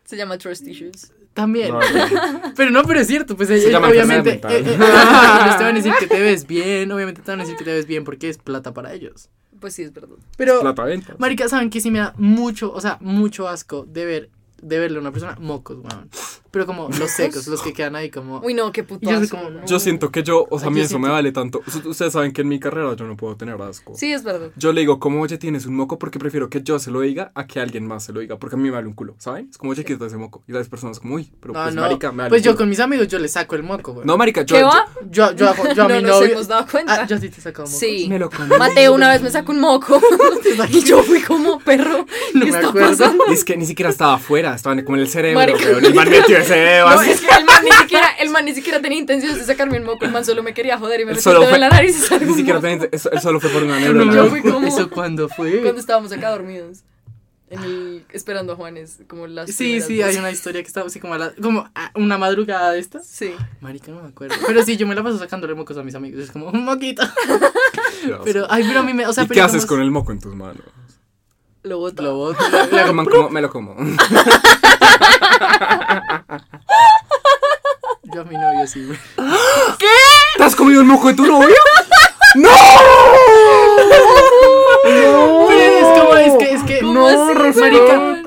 Speaker 4: Se llama trust issues.
Speaker 2: También.
Speaker 3: No, no.
Speaker 2: Pero no, pero es cierto, pues eh, eh,
Speaker 3: llama
Speaker 2: obviamente.
Speaker 3: enfermedad
Speaker 2: eh, eh,
Speaker 3: mental.
Speaker 2: ah, ellos te van a decir que te ves bien, obviamente te van a decir que te ves bien porque es plata para ellos.
Speaker 4: Pues sí, es verdad.
Speaker 2: Pero,
Speaker 3: Plata venta.
Speaker 2: Marica, ¿saben que sí me da mucho, o sea, mucho asco de ver, de verle a una persona mocos, weón? Pero como los secos, los que quedan ahí como...
Speaker 4: Uy, no, qué
Speaker 2: Y
Speaker 4: puto
Speaker 2: yo soy
Speaker 4: asco.
Speaker 2: como, no.
Speaker 3: Yo siento que yo, o sea, a
Speaker 2: Ay,
Speaker 3: mí
Speaker 2: yo
Speaker 3: eso me
Speaker 2: siento-
Speaker 3: vale tanto. Us- Ustedes saben que en mi carrera yo no puedo tener asco.
Speaker 4: Sí, es verdad.
Speaker 3: Yo le digo, como, oye, tienes un moco, porque prefiero que yo se lo diga a que alguien más se lo diga, porque a mí me vale un culo, ¿saben? Es como, oye, quítate ese moco. Y las personas como, uy, pero
Speaker 2: No,
Speaker 3: pues,
Speaker 2: no,
Speaker 3: marica, me vale
Speaker 2: pues
Speaker 3: un
Speaker 2: yo
Speaker 3: culo".
Speaker 2: con mis amigos yo le saco el moco, weón.
Speaker 3: No, marica, yo...
Speaker 4: ¿Qué
Speaker 3: yo-
Speaker 4: va?
Speaker 2: Yo, yo, hago- yo a mi
Speaker 4: no nos
Speaker 2: novio...
Speaker 4: hemos dado cuenta.
Speaker 2: Ah, yo a ti te saco moco.
Speaker 4: Sí.
Speaker 3: Me lo comí.
Speaker 4: Mateo una vez me sacó un moco y yo fui como perro.
Speaker 2: No
Speaker 4: ¿Qué
Speaker 2: me
Speaker 4: está
Speaker 2: acuerdo.
Speaker 4: pasando?
Speaker 3: Es que ni siquiera estaba afuera, estaba como en el cerebro,
Speaker 4: Marica.
Speaker 3: weón, el man metió ese dedo
Speaker 4: No,
Speaker 3: así.
Speaker 4: es que el man, ni siquiera, el man ni siquiera tenía intenciones de sacarme un moco, el man solo me quería joder y me
Speaker 3: Él
Speaker 4: metió
Speaker 3: solo
Speaker 4: todo
Speaker 3: fue,
Speaker 4: en la nariz y sacó
Speaker 3: ni
Speaker 4: un
Speaker 3: siquiera
Speaker 4: moco.
Speaker 3: tenía- eso- él solo fue por una neurona.
Speaker 2: No,
Speaker 4: yo
Speaker 2: no,
Speaker 4: fui como-
Speaker 2: ¿Eso cuándo fue?
Speaker 4: Cuando estábamos acá dormidos, en el, esperando a Juanes, como las
Speaker 2: Sí,
Speaker 4: primeras
Speaker 2: sí,
Speaker 4: veces.
Speaker 2: hay una historia que estaba así como a la- como a una madrugada de estas.
Speaker 4: Sí.
Speaker 2: Marica, no me acuerdo. Pero sí, yo me la paso sacándole mocos a mis amigos. Es como un moquito.
Speaker 3: Qué asco.
Speaker 2: Pero, ay, pero a mí me. O sea,
Speaker 3: Ah, ¿Y qué haces con el moco en tus manos?
Speaker 4: Lo boto.
Speaker 2: Lo boto.
Speaker 3: El man como, me lo como.
Speaker 2: Yo a mi novio sí, güey.
Speaker 3: ¿Te has comido el moco de tu novio? ¡No!
Speaker 2: Pero es como, es que, es que.
Speaker 4: ¿Cómo
Speaker 2: No,
Speaker 4: así?
Speaker 2: marica.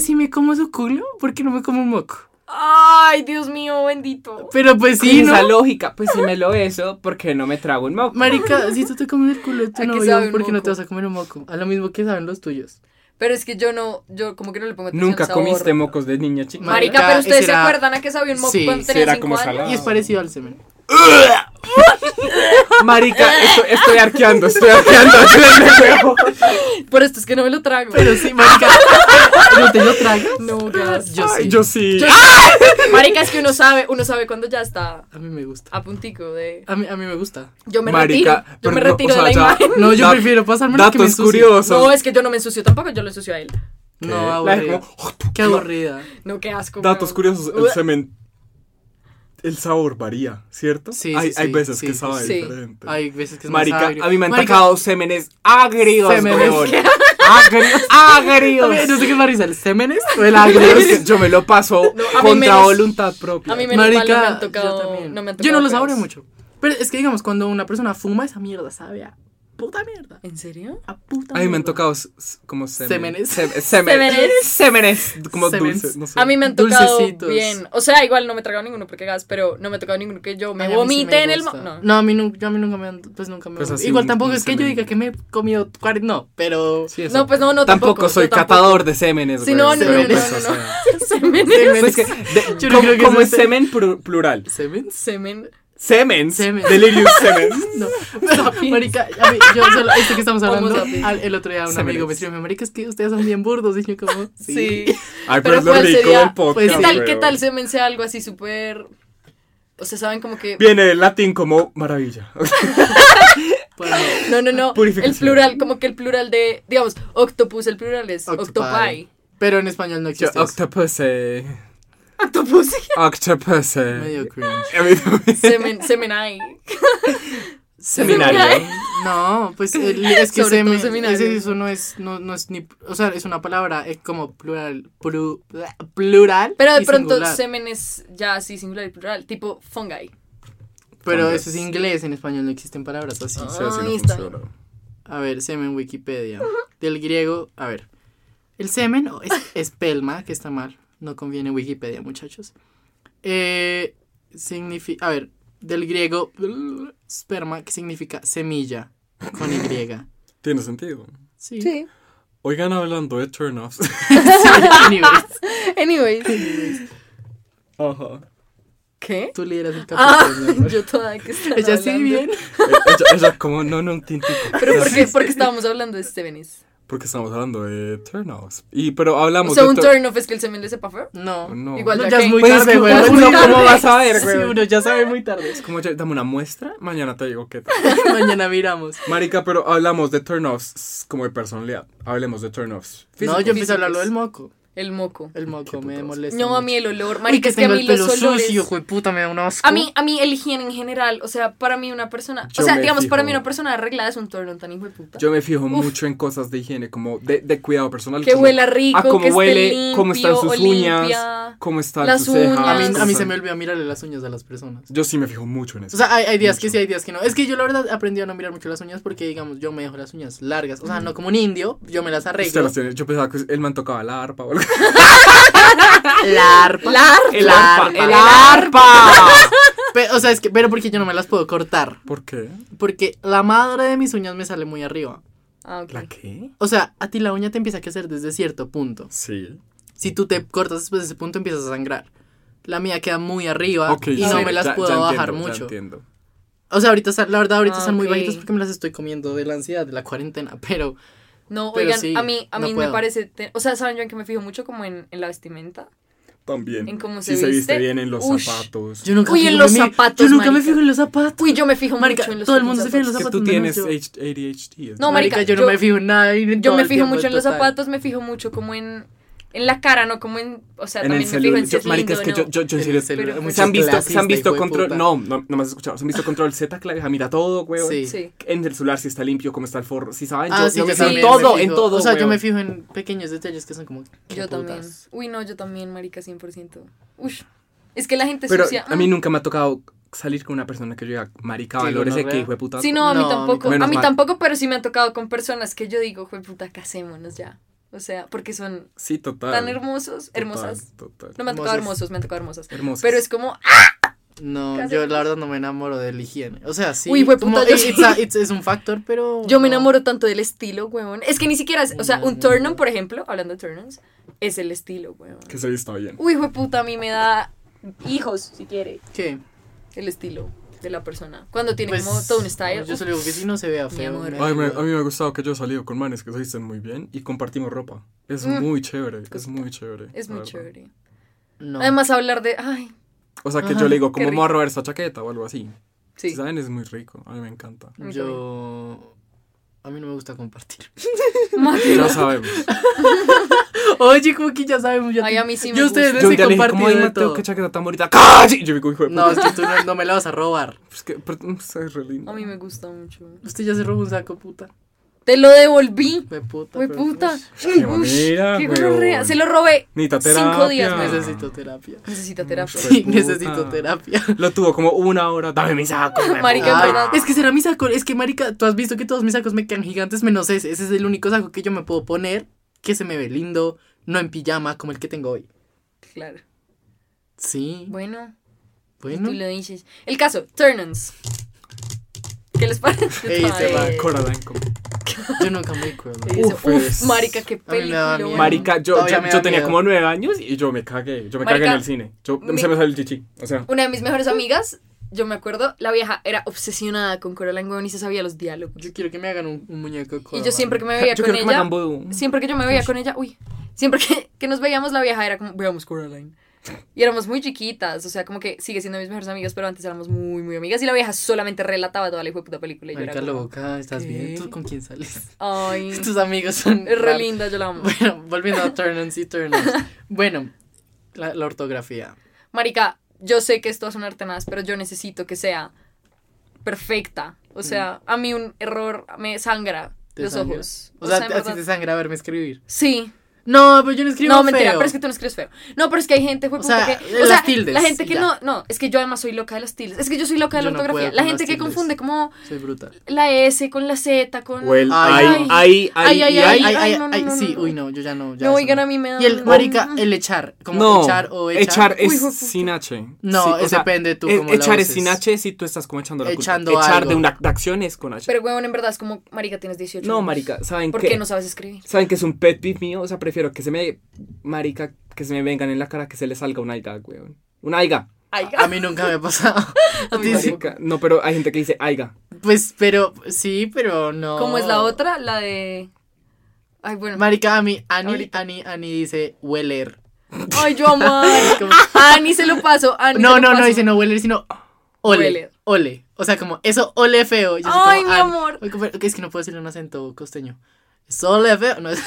Speaker 2: Si me como su culo, ¿por qué no me como un moco?
Speaker 4: Ay, Dios mío, bendito.
Speaker 2: Pero pues sí,
Speaker 3: Esa
Speaker 2: ¿no?
Speaker 3: lógica, pues si me lo beso, ¿por qué no me trago un moco?
Speaker 2: Marica, si tú te comes el culo de
Speaker 4: ¿A
Speaker 2: tu
Speaker 4: qué sabe
Speaker 2: novio,
Speaker 4: un
Speaker 2: ¿por qué no
Speaker 4: moco?
Speaker 2: te vas a comer un moco? A lo mismo que saben los tuyos.
Speaker 4: Pero es que yo no, yo como que no le pongo atención
Speaker 3: Nunca
Speaker 4: al sabor.
Speaker 3: comiste mocos de niña chica.
Speaker 2: Mar-
Speaker 4: Marica,
Speaker 2: Marica,
Speaker 4: pero ustedes
Speaker 2: ese
Speaker 4: se
Speaker 2: era-
Speaker 4: acuerdan a que sabía un moco
Speaker 2: Sí,
Speaker 4: cuando
Speaker 2: sí,
Speaker 4: tenía
Speaker 3: era
Speaker 4: cinco
Speaker 3: como
Speaker 4: años.
Speaker 3: salado.
Speaker 2: Y es parecido al semen.
Speaker 3: Marica, estoy, estoy arqueando, estoy arqueando. ayúdenme, weón.
Speaker 4: Por esto es que no me lo trago.
Speaker 2: Pero sí, marica. ¿No te lo tragas?
Speaker 4: No, gas.
Speaker 2: Yo
Speaker 3: Ay,
Speaker 2: sí.
Speaker 3: Yo sí.
Speaker 4: Marica, es que uno sabe, uno sabe cuando ya está
Speaker 2: A mí me gusta.
Speaker 4: a puntico de.
Speaker 2: A mí, a mí me gusta.
Speaker 4: Yo me
Speaker 3: Marica,
Speaker 4: retiro. Yo
Speaker 3: pero
Speaker 4: me
Speaker 3: no,
Speaker 4: retiro
Speaker 3: o sea,
Speaker 4: de la
Speaker 3: ya-
Speaker 4: imagen.
Speaker 2: No, yo
Speaker 3: Da-
Speaker 2: prefiero pasarme que me
Speaker 3: Datos
Speaker 2: ensucie.
Speaker 3: curiosos. Eh,
Speaker 4: No, es que yo no me ensucio tampoco, yo lo ensucio a él.
Speaker 2: No,
Speaker 3: La
Speaker 2: aburrida.
Speaker 3: gente como- ¡oh,
Speaker 2: Qué aburrida.
Speaker 4: No, qué asco.
Speaker 3: Datos
Speaker 4: weón.
Speaker 3: curiosos, el semen. El sabor varía, ¿cierto?
Speaker 2: Sí, sí,
Speaker 3: hay,
Speaker 2: sí,
Speaker 3: hay veces
Speaker 2: sí,
Speaker 3: que
Speaker 2: sí,
Speaker 3: sabe
Speaker 4: sí.
Speaker 3: diferente.
Speaker 2: Hay veces que es más
Speaker 3: Marica,
Speaker 2: agrio.
Speaker 3: a mí me han
Speaker 2: Marica,
Speaker 3: tacado semenes agrios,
Speaker 2: Semenes.
Speaker 3: weón. Agrios, agrios.
Speaker 2: a mí- No sé qué parece, el semenes o el agrio.
Speaker 3: Pero es que yo me lo paso
Speaker 4: No, a mí
Speaker 3: contra
Speaker 4: menos-
Speaker 3: voluntad propia.
Speaker 4: A mí menos mal no me
Speaker 2: Marica,
Speaker 4: han tocado.
Speaker 2: yo también.
Speaker 4: No me han
Speaker 2: yo no
Speaker 4: tocado
Speaker 2: lo
Speaker 4: feos.
Speaker 2: saboreo mucho. Pero es que digamos, cuando una persona fuma, esa mierda sabe a puta mierda.
Speaker 4: ¿En serio?
Speaker 2: A puta
Speaker 3: A mí me han
Speaker 2: mierda.
Speaker 3: tocado s- s- como semen-
Speaker 2: Semenes.
Speaker 3: sem- semenes.
Speaker 4: Semenes.
Speaker 3: Semenes. Como
Speaker 2: Semenes.
Speaker 3: dulces, no sé.
Speaker 4: A mí me han tocado
Speaker 2: Dulcecitos.
Speaker 4: bien. O sea, igual no me he tragado ninguno porque gas, pero no me ha tocado ninguno que yo me
Speaker 2: Ay, a mí sí
Speaker 4: vomite
Speaker 2: me
Speaker 4: en el. mo-
Speaker 2: gusta.
Speaker 4: No.
Speaker 2: No, a mí, nunca, a mí nunca me han. Pues nunca me
Speaker 3: Pues
Speaker 2: han-
Speaker 3: así
Speaker 2: Igual
Speaker 3: un-
Speaker 2: tampoco
Speaker 3: un
Speaker 2: es que yo
Speaker 3: semen.
Speaker 2: diga que me he comido. cuare- No, pero.
Speaker 3: Sí, eso.
Speaker 4: No, pues no, no tampoco.
Speaker 3: tampoco soy
Speaker 4: yo tampoco.
Speaker 3: catador de semenes.
Speaker 4: Sí,
Speaker 3: güey,
Speaker 4: no, no,
Speaker 3: pero
Speaker 2: no,
Speaker 3: pues,
Speaker 4: no,
Speaker 3: o
Speaker 4: no, no.
Speaker 3: sea,
Speaker 4: Semen.
Speaker 3: pues que, de-
Speaker 2: Yo no
Speaker 3: ¿cómo-
Speaker 2: creo que
Speaker 3: cómo
Speaker 2: sea
Speaker 3: es semen plu- plural?
Speaker 2: ¿Semen?
Speaker 4: Semen.
Speaker 3: Semens.
Speaker 2: Semen.
Speaker 3: Delirious semens.
Speaker 2: No, pero, marica, a mí, yo solo, este que estamos
Speaker 4: Homo
Speaker 2: hablando,
Speaker 4: sapiens.
Speaker 2: al- el otro día un
Speaker 3: Semenes.
Speaker 2: amigo me escribió, marica, es que ustedes son bien burdos, y yo como,
Speaker 4: Sí.
Speaker 3: Ay,
Speaker 4: Pero
Speaker 3: pero, es lo
Speaker 4: ¿cuál
Speaker 3: rico
Speaker 4: sería?
Speaker 3: del
Speaker 2: Pues,
Speaker 3: podcast.
Speaker 4: ¿Qué tal,
Speaker 3: güey.
Speaker 4: qué tal semen sea algo así súper. O sea, saben como que.
Speaker 3: Viene del latín como maravilla.
Speaker 2: Bueno,
Speaker 4: No, no, no. El
Speaker 3: Purificación.
Speaker 4: plural, como que el plural de. Digamos, octopus, el plural es
Speaker 2: Octopi.
Speaker 4: octopi.
Speaker 2: Pero en español no
Speaker 3: Yo,
Speaker 2: existe. eso.
Speaker 3: octopus. eh,
Speaker 4: Octopus.
Speaker 3: Octopus. eh.
Speaker 2: Medio cringe.
Speaker 3: A mí también.
Speaker 4: Semen, semenai.
Speaker 3: Seminario.
Speaker 2: No, pues el- es que
Speaker 4: Sobre todo
Speaker 2: semen-
Speaker 4: seminario.
Speaker 2: ese- eso no es, no, no es ni, o sea, es una palabra, es como plural, plu- plural.
Speaker 4: Pero de
Speaker 2: y
Speaker 4: pronto
Speaker 2: singular.
Speaker 4: semen es ya así singular y plural, tipo fungi.
Speaker 2: Pero
Speaker 3: Fungus.
Speaker 2: eso es inglés, en español no existen palabras así.
Speaker 4: Ah,
Speaker 3: Sí, así no
Speaker 4: Ahí está.
Speaker 3: funciona.
Speaker 2: A ver, semen Wikipedia. Del griego, a ver. El semen o es espelma, que está mal. No conviene Wikipedia, muchachos. Eh, significa, a ver, del griego sperma, que significa semilla con Y.
Speaker 3: Tiene sentido.
Speaker 2: Sí.
Speaker 3: Oigan, hablando de turn-offs.
Speaker 2: Anyways,
Speaker 4: Anyways.
Speaker 3: Ajá.
Speaker 4: ¿Qué?
Speaker 2: tú lideras el
Speaker 4: Ah,
Speaker 2: capítulo. mi amor.
Speaker 4: yo toda que estaba
Speaker 2: Ella sí
Speaker 4: hablando.
Speaker 2: bien.
Speaker 3: Eh, Ella, ella como, no, no, un tintico.
Speaker 4: Pero porque, porque estábamos hablando de semenes.
Speaker 3: Porque estamos hablando de turn-offs. Y, pero hablamos
Speaker 4: O sea,
Speaker 3: de
Speaker 4: un
Speaker 3: tur-
Speaker 4: turn off es que el semen le sepa feo.
Speaker 2: Ah, No.
Speaker 3: No.
Speaker 4: Igual
Speaker 2: No,
Speaker 4: ya
Speaker 2: ya
Speaker 4: que-
Speaker 2: es muy
Speaker 3: Pues es
Speaker 2: tarde,
Speaker 3: que
Speaker 2: güey.
Speaker 3: uno cómo va a saber,
Speaker 2: Sí,
Speaker 3: güey.
Speaker 2: uno ya sabe muy tarde.
Speaker 3: Como ya- dame una muestra, mañana te digo qué tal.
Speaker 2: Mañana miramos.
Speaker 3: Marica, pero hablamos de turn-offs como de personalidad. Hablemos de turn-offs.
Speaker 2: no, yo empecé a
Speaker 4: físicos.
Speaker 2: hablar lo del moco.
Speaker 4: El moco.
Speaker 2: El moco
Speaker 3: Qué
Speaker 2: me
Speaker 3: putas.
Speaker 2: molesta.
Speaker 4: No, a
Speaker 2: mucho.
Speaker 4: mí el olor.
Speaker 2: Ay,
Speaker 4: Marica, es que a mí
Speaker 2: tengo el
Speaker 4: los
Speaker 2: pelo
Speaker 4: olores.
Speaker 2: sucio, hijo de puta, me da un asco.
Speaker 4: A mí, a mí el higiene en general, o sea, para mí una persona,
Speaker 3: Yo
Speaker 4: o sea,
Speaker 3: me
Speaker 4: digamos, para mí
Speaker 3: fijo.
Speaker 4: una persona arreglada es un turn on tan hijo de puta.
Speaker 3: Yo me fijo mucho en cosas de higiene, como de, de cuidado personal.
Speaker 4: que
Speaker 3: como,
Speaker 4: huela rico,
Speaker 3: ah, cómo
Speaker 4: que
Speaker 3: huele,
Speaker 4: esté limpio,
Speaker 3: cómo están sus
Speaker 4: o
Speaker 3: uñas,
Speaker 4: limpia.
Speaker 3: cómo están
Speaker 4: Las
Speaker 3: sus cejas.
Speaker 4: uñas.
Speaker 2: A mí, a mí
Speaker 3: cómo
Speaker 2: se
Speaker 3: están-
Speaker 2: me olvidó mirarle las uñas a las personas.
Speaker 3: Yo sí me fijo mucho en eso.
Speaker 2: O sea, hay, hay días que
Speaker 3: Mucho.
Speaker 2: sí, hay días que no. Es que yo la verdad aprendí a no mirar mucho las uñas porque, digamos, yo me dejo las uñas largas. O sea, no como un indio, yo me Mm. las
Speaker 3: Usted
Speaker 2: arreglo.
Speaker 3: las tiene- yo pensaba que el man tocaba la arpa o algo.
Speaker 2: La arpa.
Speaker 4: La
Speaker 2: El arpa.
Speaker 4: El
Speaker 2: Pe- o sea, es que, pero porque yo no me las puedo cortar.
Speaker 3: ¿Por qué?
Speaker 2: Porque la madre de mis uñas me sale muy arriba.
Speaker 4: Ah, ok.
Speaker 3: ¿La qué?
Speaker 2: O sea, a ti la uña te empieza a crecer desde cierto punto.
Speaker 3: Sí.
Speaker 2: Si tú te cortas después de ese punto, empiezas a sangrar. La mía queda muy arriba
Speaker 3: Ok,
Speaker 2: Ah, y no
Speaker 3: sí,
Speaker 2: me las
Speaker 3: ya-
Speaker 2: puedo
Speaker 3: ya
Speaker 2: bajar
Speaker 3: entiendo, ya
Speaker 2: mucho.
Speaker 3: entiendo.
Speaker 2: O sea, ahorita, están- la verdad, ahorita
Speaker 4: Ah,
Speaker 2: están muy
Speaker 4: ok.
Speaker 2: bajitas porque me las estoy comiendo de la ansiedad, de la cuarentena, pero
Speaker 4: No,
Speaker 2: Pero
Speaker 4: oigan,
Speaker 2: sí,
Speaker 4: a mí, a
Speaker 2: no
Speaker 4: mí me
Speaker 2: puedo.
Speaker 4: parece, te- o sea, saben yo en que me fijo mucho como en, en la vestimenta,
Speaker 3: También.
Speaker 4: en cómo
Speaker 3: si
Speaker 4: se
Speaker 3: se viste
Speaker 4: viste,
Speaker 3: bien en los
Speaker 4: ush.
Speaker 3: zapatos.
Speaker 2: yo nunca
Speaker 4: Uy, en
Speaker 2: fijo
Speaker 4: los
Speaker 2: me-
Speaker 4: zapatos,
Speaker 2: Yo nunca me
Speaker 4: marica.
Speaker 2: fijo en los zapatos.
Speaker 4: Uy, yo me fijo
Speaker 2: Marica,
Speaker 4: mucho en los
Speaker 2: todo el mundo se fija en los
Speaker 3: que
Speaker 2: zapatos.
Speaker 3: tú
Speaker 2: menos
Speaker 3: tienes
Speaker 2: yo.
Speaker 3: ADHD. es
Speaker 4: No,
Speaker 3: verdad.
Speaker 4: marica,
Speaker 2: yo,
Speaker 4: yo-
Speaker 2: no me fijo en nada. en
Speaker 4: Yo
Speaker 2: todo
Speaker 4: me
Speaker 2: el
Speaker 4: fijo
Speaker 2: tiempo,
Speaker 4: mucho en los
Speaker 2: total.
Speaker 4: zapatos, me fijo mucho como en, en la cara, no como en, o sea, también
Speaker 3: en el
Speaker 4: me fijo
Speaker 3: celular.
Speaker 4: en si es lindo
Speaker 3: marica, es que
Speaker 4: o
Speaker 3: yo,
Speaker 4: no.
Speaker 3: yo, yo en
Speaker 2: En
Speaker 3: serio.
Speaker 2: el celular,
Speaker 3: ¿Se
Speaker 2: mucho
Speaker 3: han visto, se han
Speaker 2: clasista, hijo
Speaker 3: visto
Speaker 2: de
Speaker 3: control.
Speaker 2: puta.
Speaker 3: No, no, no me has escuchado. Se han visto control Z que la vieja mira todo, weón.
Speaker 2: Sí.
Speaker 4: Sí.
Speaker 3: En el celular si está limpio, cómo está el forro. Si saben,
Speaker 2: Ah,
Speaker 3: yo,
Speaker 2: sí,
Speaker 3: yo
Speaker 2: yo
Speaker 3: me fijo en
Speaker 2: también
Speaker 3: todo,
Speaker 2: me
Speaker 3: en
Speaker 2: fijo.
Speaker 3: todo.
Speaker 2: O sea, yo
Speaker 3: weón.
Speaker 2: me fijo en pequeños detalles que son como. qué
Speaker 4: Yo también.
Speaker 2: putas.
Speaker 4: Uy, no, yo también, marica, 100%. Uy, es que la gente
Speaker 3: Pero
Speaker 4: sucia.
Speaker 3: a mí
Speaker 4: mm.
Speaker 3: nunca me ha tocado salir con una persona que yo diga, marica,
Speaker 2: Sí,
Speaker 3: valores de
Speaker 2: gonorrea.
Speaker 3: que hijo de puta.
Speaker 4: Sí, no, a mí
Speaker 2: No, a mí
Speaker 4: tampoco.
Speaker 3: tampoco.
Speaker 4: A mí
Speaker 3: Menos mal.
Speaker 4: tampoco, pero sí me han tocado con personas que yo digo, fue puta, casémonos ya. O sea, porque son
Speaker 3: Sí, total.
Speaker 4: tan hermosos, hermosas.
Speaker 3: Total.
Speaker 4: No me han tocado
Speaker 2: Hermosas.
Speaker 4: hermosos, me han tocado hermosas.
Speaker 3: Hermosas.
Speaker 4: Pero es como,
Speaker 2: No,
Speaker 4: Casi
Speaker 2: yo
Speaker 4: no.
Speaker 2: la verdad no me enamoro de la higiene. O sea, sí.
Speaker 4: Uy, hueputa,
Speaker 2: como-
Speaker 4: yo
Speaker 2: it's
Speaker 4: sí.
Speaker 2: a- it's- es un factor, pero.
Speaker 4: yo me
Speaker 2: no.
Speaker 4: enamoro tanto del estilo, huevón. Es que ni siquiera, es, o sea,
Speaker 2: No,
Speaker 4: un
Speaker 2: no,
Speaker 4: turn
Speaker 2: no.
Speaker 4: on, por ejemplo, hablando de turn ons, es el estilo, huevón.
Speaker 3: Que se vista bien.
Speaker 4: Uy, fue puta, a mí me da hijos, si quiere,
Speaker 2: ¿Qué?
Speaker 4: el estilo de la persona. Cuando tiene
Speaker 2: Pues,
Speaker 4: como todo un style.
Speaker 2: Yo
Speaker 4: uf,
Speaker 2: solo digo que si no se vea
Speaker 4: mi
Speaker 2: feo.
Speaker 4: amor.
Speaker 2: me
Speaker 3: Ay, me-
Speaker 2: ayuda.
Speaker 3: a mí me ha gustado que yo he salido con manes que se visten muy bien y compartimos ropa. Es
Speaker 4: Mm.
Speaker 3: muy chévere, es
Speaker 4: Cosita.
Speaker 3: muy chévere.
Speaker 4: es
Speaker 3: la
Speaker 4: muy
Speaker 3: verdad.
Speaker 4: chévere.
Speaker 2: No.
Speaker 4: Además, hablar de, ay,
Speaker 3: O sea, que
Speaker 2: Ajá,
Speaker 3: yo le digo,
Speaker 4: qué
Speaker 3: ¿cómo me
Speaker 4: rico.
Speaker 3: voy a robar esta chaqueta o algo así?
Speaker 4: sí.
Speaker 3: ¿Saben? Es muy rico, a mí me encanta.
Speaker 4: mí
Speaker 2: yo. A mí no me gusta compartir.
Speaker 4: Mate.
Speaker 3: Ya sabemos.
Speaker 2: Oye, como que ya sabemos. Ya
Speaker 4: Ay,
Speaker 2: te-
Speaker 4: a mí sí me
Speaker 2: Yo ustedes
Speaker 4: gusta.
Speaker 3: Yo
Speaker 2: les he
Speaker 3: ya le dije,
Speaker 2: compartido
Speaker 3: ¿cómo
Speaker 2: de
Speaker 3: dime
Speaker 2: todo.
Speaker 3: qué chaqueta tan bonita? ¡Calle! Yo me digo, hijo de
Speaker 2: No,
Speaker 3: puta.
Speaker 2: es que tú no, no me la vas a robar.
Speaker 3: Es que, pero, mm, es re lindo.
Speaker 4: A mí me gusta mucho.
Speaker 2: Usted ya se robó un saco, puta.
Speaker 4: Te lo devolví.
Speaker 2: Me puta.
Speaker 4: Güey,
Speaker 2: pero- pues,
Speaker 4: puta.
Speaker 2: Ush,
Speaker 4: Uy, ush,
Speaker 3: qué manera,
Speaker 4: qué
Speaker 3: güey.
Speaker 4: gonorrea. Se lo robé.
Speaker 3: Necesita terapia.
Speaker 4: Cinco días, güey.
Speaker 2: Necesito terapia.
Speaker 4: Necesita terapia.
Speaker 3: Hijo de
Speaker 2: Sí,
Speaker 3: Ah. puta.
Speaker 2: necesito terapia.
Speaker 3: Lo tuvo como una hora. Dame mi saco. güey.
Speaker 4: Marica, en
Speaker 2: Ay,
Speaker 4: verdad.
Speaker 2: es que será mi saco. Es que, marica, tú has visto que todos mis sacos me quedan gigantes menos ese. Ese es el único saco que yo me puedo poner que se me ve lindo, no en pijama como el que tengo hoy.
Speaker 4: Claro.
Speaker 2: Sí,
Speaker 4: Bueno,
Speaker 2: bueno.
Speaker 4: tú lo dices. El caso, turn-ons. ¿Qué les parece?
Speaker 2: Ey, se va,
Speaker 4: Ay.
Speaker 3: Coraline, como-
Speaker 2: Yo nunca me acuerdo.
Speaker 4: Ey, eso-
Speaker 3: Uf,
Speaker 4: Uf,
Speaker 3: es-
Speaker 4: marica, qué
Speaker 2: pues. A mí me daba
Speaker 4: película.
Speaker 2: miedo.
Speaker 4: güey.
Speaker 3: Marica, yo,
Speaker 2: Todavía
Speaker 3: yo,
Speaker 2: me
Speaker 3: yo
Speaker 2: da
Speaker 3: tenía
Speaker 2: miedo.
Speaker 3: como nueve años y yo me cagué. Yo me cagué en
Speaker 4: Marica,
Speaker 3: el cine. Yo,
Speaker 4: mi-
Speaker 3: Se me salió el chichi. O sea,
Speaker 4: Una de mis mejores amigas, yo me acuerdo, la vieja era obsesionada con Coraline Weón y se sabía los diálogos.
Speaker 2: Yo quiero que me hagan un, un muñeco.
Speaker 4: Y
Speaker 2: Coraline.
Speaker 4: yo siempre que me veía
Speaker 3: yo
Speaker 4: con
Speaker 3: quiero que me
Speaker 4: ella,
Speaker 3: hagan vudú.
Speaker 4: siempre que yo me veía con ella, uy, siempre que, que nos veíamos la vieja era como, veamos Coraline. Y éramos muy chiquitas, o sea, como que sigue siendo mis mejores amigas, pero antes éramos muy, muy amigas. Y la vieja solamente relataba toda la hijo puta película. Y yo era
Speaker 2: Marica
Speaker 4: como,
Speaker 2: loca, ¿estás bien?
Speaker 4: ¿qué?
Speaker 2: ¿Tú con quién sales?
Speaker 4: Ay,
Speaker 2: Tus amigos son.
Speaker 4: es re
Speaker 2: raros.
Speaker 4: linda, yo la amo.
Speaker 2: Bueno, volviendo a turn-ons y turn Bueno, la, la ortografía.
Speaker 4: Marica, yo sé que esto va a sonar tenaz, pero yo necesito que sea perfecta. O sea, a mí un error me sangra
Speaker 2: Mm. ¿Te
Speaker 4: los
Speaker 2: sangra?
Speaker 4: ojos.
Speaker 2: O sea,
Speaker 4: en
Speaker 2: así
Speaker 4: verdad-
Speaker 2: te sangra verme escribir.
Speaker 4: Sí.
Speaker 2: No, pero yo no escribo
Speaker 4: no,
Speaker 2: feo.
Speaker 4: mentira, pero es que tú no escribes feo. No, pero es que hay gente, fue
Speaker 2: O sea,
Speaker 4: que.
Speaker 2: las tildes,
Speaker 4: La gente que
Speaker 2: ya.
Speaker 4: no, no, es que yo además soy loca de los tildes. Es que yo soy loca de la
Speaker 2: Yo no
Speaker 4: ortografía.
Speaker 2: puedo
Speaker 4: la
Speaker 2: con
Speaker 4: gente
Speaker 2: las
Speaker 4: que
Speaker 2: tildes.
Speaker 4: confunde como
Speaker 2: Soy brutal.
Speaker 4: la S con la Z, con.
Speaker 3: O el
Speaker 2: Ay,
Speaker 3: ay, ay, ay,
Speaker 4: ay,
Speaker 3: ay,
Speaker 4: ay,
Speaker 2: ay, ay,
Speaker 4: no, no,
Speaker 2: ay,
Speaker 4: no,
Speaker 2: sí,
Speaker 4: no.
Speaker 2: uy, no, yo ya no. Ya
Speaker 4: No,
Speaker 2: eso
Speaker 4: oigan, a mí me da.
Speaker 2: Y el,
Speaker 4: un-
Speaker 2: marica, el echar, como
Speaker 3: No,
Speaker 2: echar o echar.
Speaker 3: echar es
Speaker 4: Uy, hijo de puta.
Speaker 3: sin H.
Speaker 2: No,
Speaker 3: Sí,
Speaker 2: es depende tú
Speaker 3: e-
Speaker 2: cómo la
Speaker 3: Echar es
Speaker 2: uses.
Speaker 3: sin H si tú estás como echando la culpa.
Speaker 2: Echando
Speaker 3: Echar
Speaker 2: algo.
Speaker 3: de una de acciones con H.
Speaker 4: Pero, weón, en verdad es como, marica, tienes 18.
Speaker 3: no,
Speaker 4: años.
Speaker 3: marica, ¿saben
Speaker 4: ¿Por
Speaker 3: qué?
Speaker 4: qué no sabes escribir?
Speaker 3: ¿Saben que es un pet peeve mío? O sea, prefiero que se me... Marica, que se me vengan en la cara que se le salga un aiga, weón. Un aiga.
Speaker 4: Ay,
Speaker 2: A mí nunca me ha pasado.
Speaker 4: A mí
Speaker 2: Sí, sí.
Speaker 3: Marica, No, pero hay gente que dice aiga.
Speaker 2: Pues, pero, sí, pero no.
Speaker 4: ¿Cómo es la otra? La de. Ay, bueno.
Speaker 2: Marica, a mí, Ani,
Speaker 4: Ahorita.
Speaker 2: Ani, Ani dice hueler.
Speaker 4: Ay, yo amo. a Ani.
Speaker 2: Como-
Speaker 4: Ani se lo paso. Ani se
Speaker 2: No,
Speaker 4: lo
Speaker 2: no, no
Speaker 4: paso.
Speaker 2: dice no hueler, sino ole.
Speaker 4: Hueler.
Speaker 2: Ole. O sea, como eso ole feo. Yo soy
Speaker 4: Ay,
Speaker 2: como,
Speaker 4: mi
Speaker 2: ah,
Speaker 4: amor.
Speaker 2: oye, pero Es que no puedo decirle un acento costeño. Es ole feo. No, es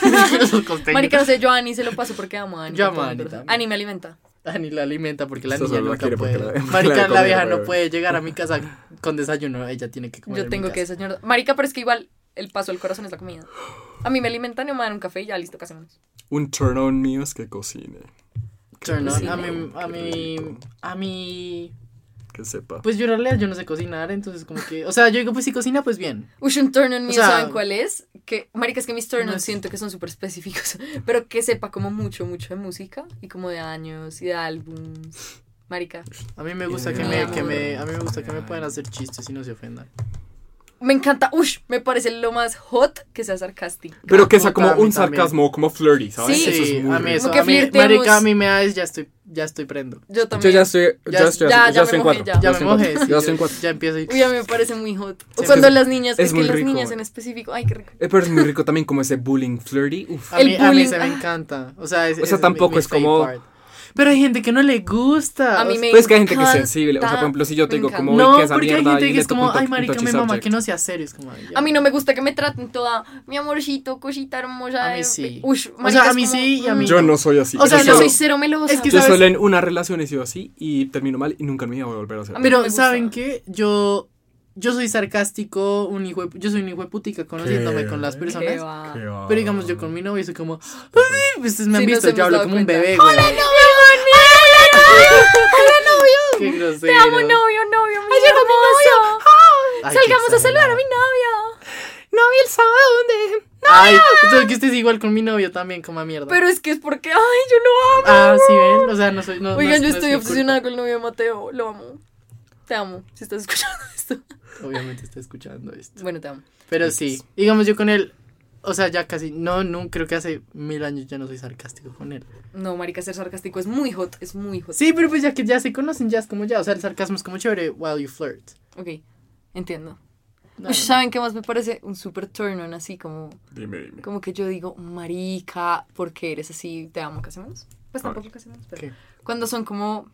Speaker 2: costeño.
Speaker 4: Marica, no sé, yo a Ani se lo paso porque amo a Ani.
Speaker 2: Yo
Speaker 4: con
Speaker 2: amo
Speaker 4: todo mi
Speaker 2: a Ani
Speaker 4: corazón.
Speaker 2: también.
Speaker 4: Ani me alimenta.
Speaker 2: Ani la alimenta porque la
Speaker 3: Eso
Speaker 2: niña
Speaker 3: solo la
Speaker 2: nunca
Speaker 3: quiere porque
Speaker 2: puede.
Speaker 3: la- porque la
Speaker 2: Marica, la
Speaker 3: come,
Speaker 2: vieja no
Speaker 3: weón.
Speaker 2: puede llegar a mi casa con desayuno. Ella tiene que comer.
Speaker 4: Yo
Speaker 2: en
Speaker 4: tengo
Speaker 2: mi
Speaker 4: que
Speaker 2: casa.
Speaker 4: desayunar. Marica, pero es que igual el paso al corazón es la comida. A mí me alimentan y me dan un café y ya listo, ¿qué hacemos?
Speaker 3: Un turn on mío es que cocine.
Speaker 2: Turn on.
Speaker 4: Sí,
Speaker 2: A mí, a
Speaker 3: qué
Speaker 2: mí,
Speaker 3: rico.
Speaker 2: a mí.
Speaker 3: Que sepa.
Speaker 2: Pues yo en realidad yo no sé cocinar, entonces como que. O sea, yo digo, pues si cocina, pues bien.
Speaker 4: Uy, un turn on mío,
Speaker 2: O sea-
Speaker 4: ¿saben cuál es? Que, marica, es que mis turn on
Speaker 2: No es-
Speaker 4: siento que son súper específicos, pero que sepa como mucho, mucho de música y como de años y de álbums. Marica,
Speaker 2: A mí me gusta que
Speaker 4: Mi
Speaker 2: me,
Speaker 4: amor.
Speaker 2: que me, a mí me gusta que me
Speaker 3: Ay.
Speaker 2: puedan hacer chistes y no se ofendan.
Speaker 4: me encanta, uy, me parece lo más hot que sea sarcástico.
Speaker 3: Pero que sea
Speaker 2: Puta,
Speaker 3: como
Speaker 2: a mí
Speaker 3: un
Speaker 2: también.
Speaker 3: sarcasmo, como flirty, ¿sabes?
Speaker 4: Sí.
Speaker 3: Eso es muy
Speaker 2: a mí
Speaker 3: rico.
Speaker 2: eso.
Speaker 4: Como que
Speaker 2: a mí,
Speaker 4: flirteamos.
Speaker 2: marica, a mí me da, es- ya estoy, ya estoy prendo.
Speaker 4: Yo también.
Speaker 3: Yo ya estoy,
Speaker 2: Ya-
Speaker 3: ya, estoy,
Speaker 4: ya- ya
Speaker 3: así, ya estoy
Speaker 4: me
Speaker 3: en
Speaker 4: mojé,
Speaker 3: cuatro.
Speaker 4: ya.
Speaker 2: Ya me
Speaker 3: estoy en cuatro,
Speaker 2: mojé, sí,
Speaker 3: Ya estoy
Speaker 2: yo-
Speaker 3: en cuatro.
Speaker 2: Ya empiezo y...
Speaker 4: Uy, a mí me parece muy hot. O
Speaker 2: Sí.
Speaker 4: cuando
Speaker 3: Es-
Speaker 4: las niñas,
Speaker 3: es
Speaker 4: es, que
Speaker 3: muy
Speaker 4: las
Speaker 3: rico.
Speaker 4: niñas en específico, ay, qué rico.
Speaker 3: Eh, Pero es muy rico también como ese bullying flirty. Uf.
Speaker 2: A
Speaker 4: El
Speaker 2: mí, a mí
Speaker 4: bullying,
Speaker 2: se me
Speaker 4: ah.
Speaker 2: encanta. O sea, es-
Speaker 3: O sea,
Speaker 2: ese es mi-
Speaker 3: tampoco
Speaker 2: mi
Speaker 3: es como-
Speaker 2: favorite part. Pero hay gente que no le gusta.
Speaker 4: A
Speaker 2: o
Speaker 4: mí
Speaker 2: sea,
Speaker 4: me
Speaker 3: Pues que hay gente que es
Speaker 4: encanta,
Speaker 3: sensible. O sea, por ejemplo, si yo
Speaker 4: me
Speaker 3: te digo como,
Speaker 4: encanta.
Speaker 3: uy,
Speaker 2: No,
Speaker 3: que esa
Speaker 2: porque hay
Speaker 3: mierda,
Speaker 2: gente
Speaker 3: y
Speaker 2: que
Speaker 3: le
Speaker 2: es
Speaker 3: toco
Speaker 2: como,
Speaker 3: un to-
Speaker 2: ay,
Speaker 3: un
Speaker 2: marica,
Speaker 3: touchy
Speaker 2: mi mamá,
Speaker 3: subject".
Speaker 2: que no sea serio. Es como, ay, ya.
Speaker 4: A mí no me gusta que me traten toda mi amorcito, cosita hermosa.
Speaker 2: A mí
Speaker 4: eh,
Speaker 2: sí.
Speaker 4: uy,
Speaker 2: O
Speaker 4: marica,
Speaker 2: sea, a
Speaker 4: es
Speaker 2: mí
Speaker 4: como,
Speaker 2: sí y a mí
Speaker 4: mm,
Speaker 3: Yo no soy así.
Speaker 2: O sea,
Speaker 4: yo
Speaker 3: yo
Speaker 2: no
Speaker 3: solo,
Speaker 4: soy cero melosa.
Speaker 2: Es que-
Speaker 3: yo
Speaker 2: ¿sabes?
Speaker 3: solo en una relación he sido así y termino mal y nunca en mi vida voy a volver a hacer.
Speaker 4: A mí-
Speaker 2: Pero,
Speaker 4: me gusta.
Speaker 2: ¿saben qué? Yo... Yo soy sarcástico, un hijo de- yo soy un hijo de putica conociéndome
Speaker 3: ¿Qué?
Speaker 2: con las
Speaker 3: ¿Qué
Speaker 4: Qué
Speaker 2: personas.
Speaker 4: va.
Speaker 2: Pero digamos, yo con mi novio soy como,
Speaker 3: mi...
Speaker 2: "Ay, pues, ustedes me han
Speaker 4: Sí, nos
Speaker 2: visto, yo
Speaker 4: hemos
Speaker 2: hablo
Speaker 4: dado
Speaker 2: como un
Speaker 4: cuenta.
Speaker 2: bebé,
Speaker 4: ¡Hola,
Speaker 2: güey.
Speaker 4: novio! ¡Hola, novio!
Speaker 2: Qué grosero.
Speaker 4: ¡Te amo, novio, novio! ¡Ay, llegó mi novio! Ah,
Speaker 2: Ay, qué
Speaker 4: ¡Salgamos a saludar
Speaker 2: exagerado.
Speaker 4: a mi novio!
Speaker 3: No vi el sábado donde...
Speaker 2: Ay, entonces que estés igual con mi novio también, como a mierda.
Speaker 4: Pero es que es porque, ¡ay, yo lo amo!
Speaker 2: ah, sí, ven. O sea, no soy. No, no es-
Speaker 4: Oigan,
Speaker 2: no
Speaker 4: yo
Speaker 2: es
Speaker 4: estoy
Speaker 2: mi
Speaker 4: obsesionada con el novio de Mateo. Lo amo. Te amo, si estás escuchando esto.
Speaker 2: culpa. Obviamente está escuchando esto.
Speaker 4: Bueno, te amo.
Speaker 2: Pero sí, digamos yo con él. O sea, ya casi. No, no, creo que hace mil años ya no soy sarcástico con él.
Speaker 4: No, marica, ser sarcástico es muy hot, es muy hot.
Speaker 2: Sí, pero pues ya que ya se conocen, ya es como ya. O sea, el sarcasmo es como chévere while you flirt.
Speaker 4: Ok, entiendo.
Speaker 2: No,
Speaker 4: Uy,
Speaker 2: no.
Speaker 4: ¿Saben qué más me parece? Un super turn on, así como,
Speaker 3: Dime, dime.
Speaker 4: como que yo digo, marica, ¿por qué eres así? ¿Te amo? ¿Qué hacemos? Pues
Speaker 3: A
Speaker 4: tampoco qué hacemos, pero...
Speaker 2: ¿Qué?
Speaker 4: Cuando son como,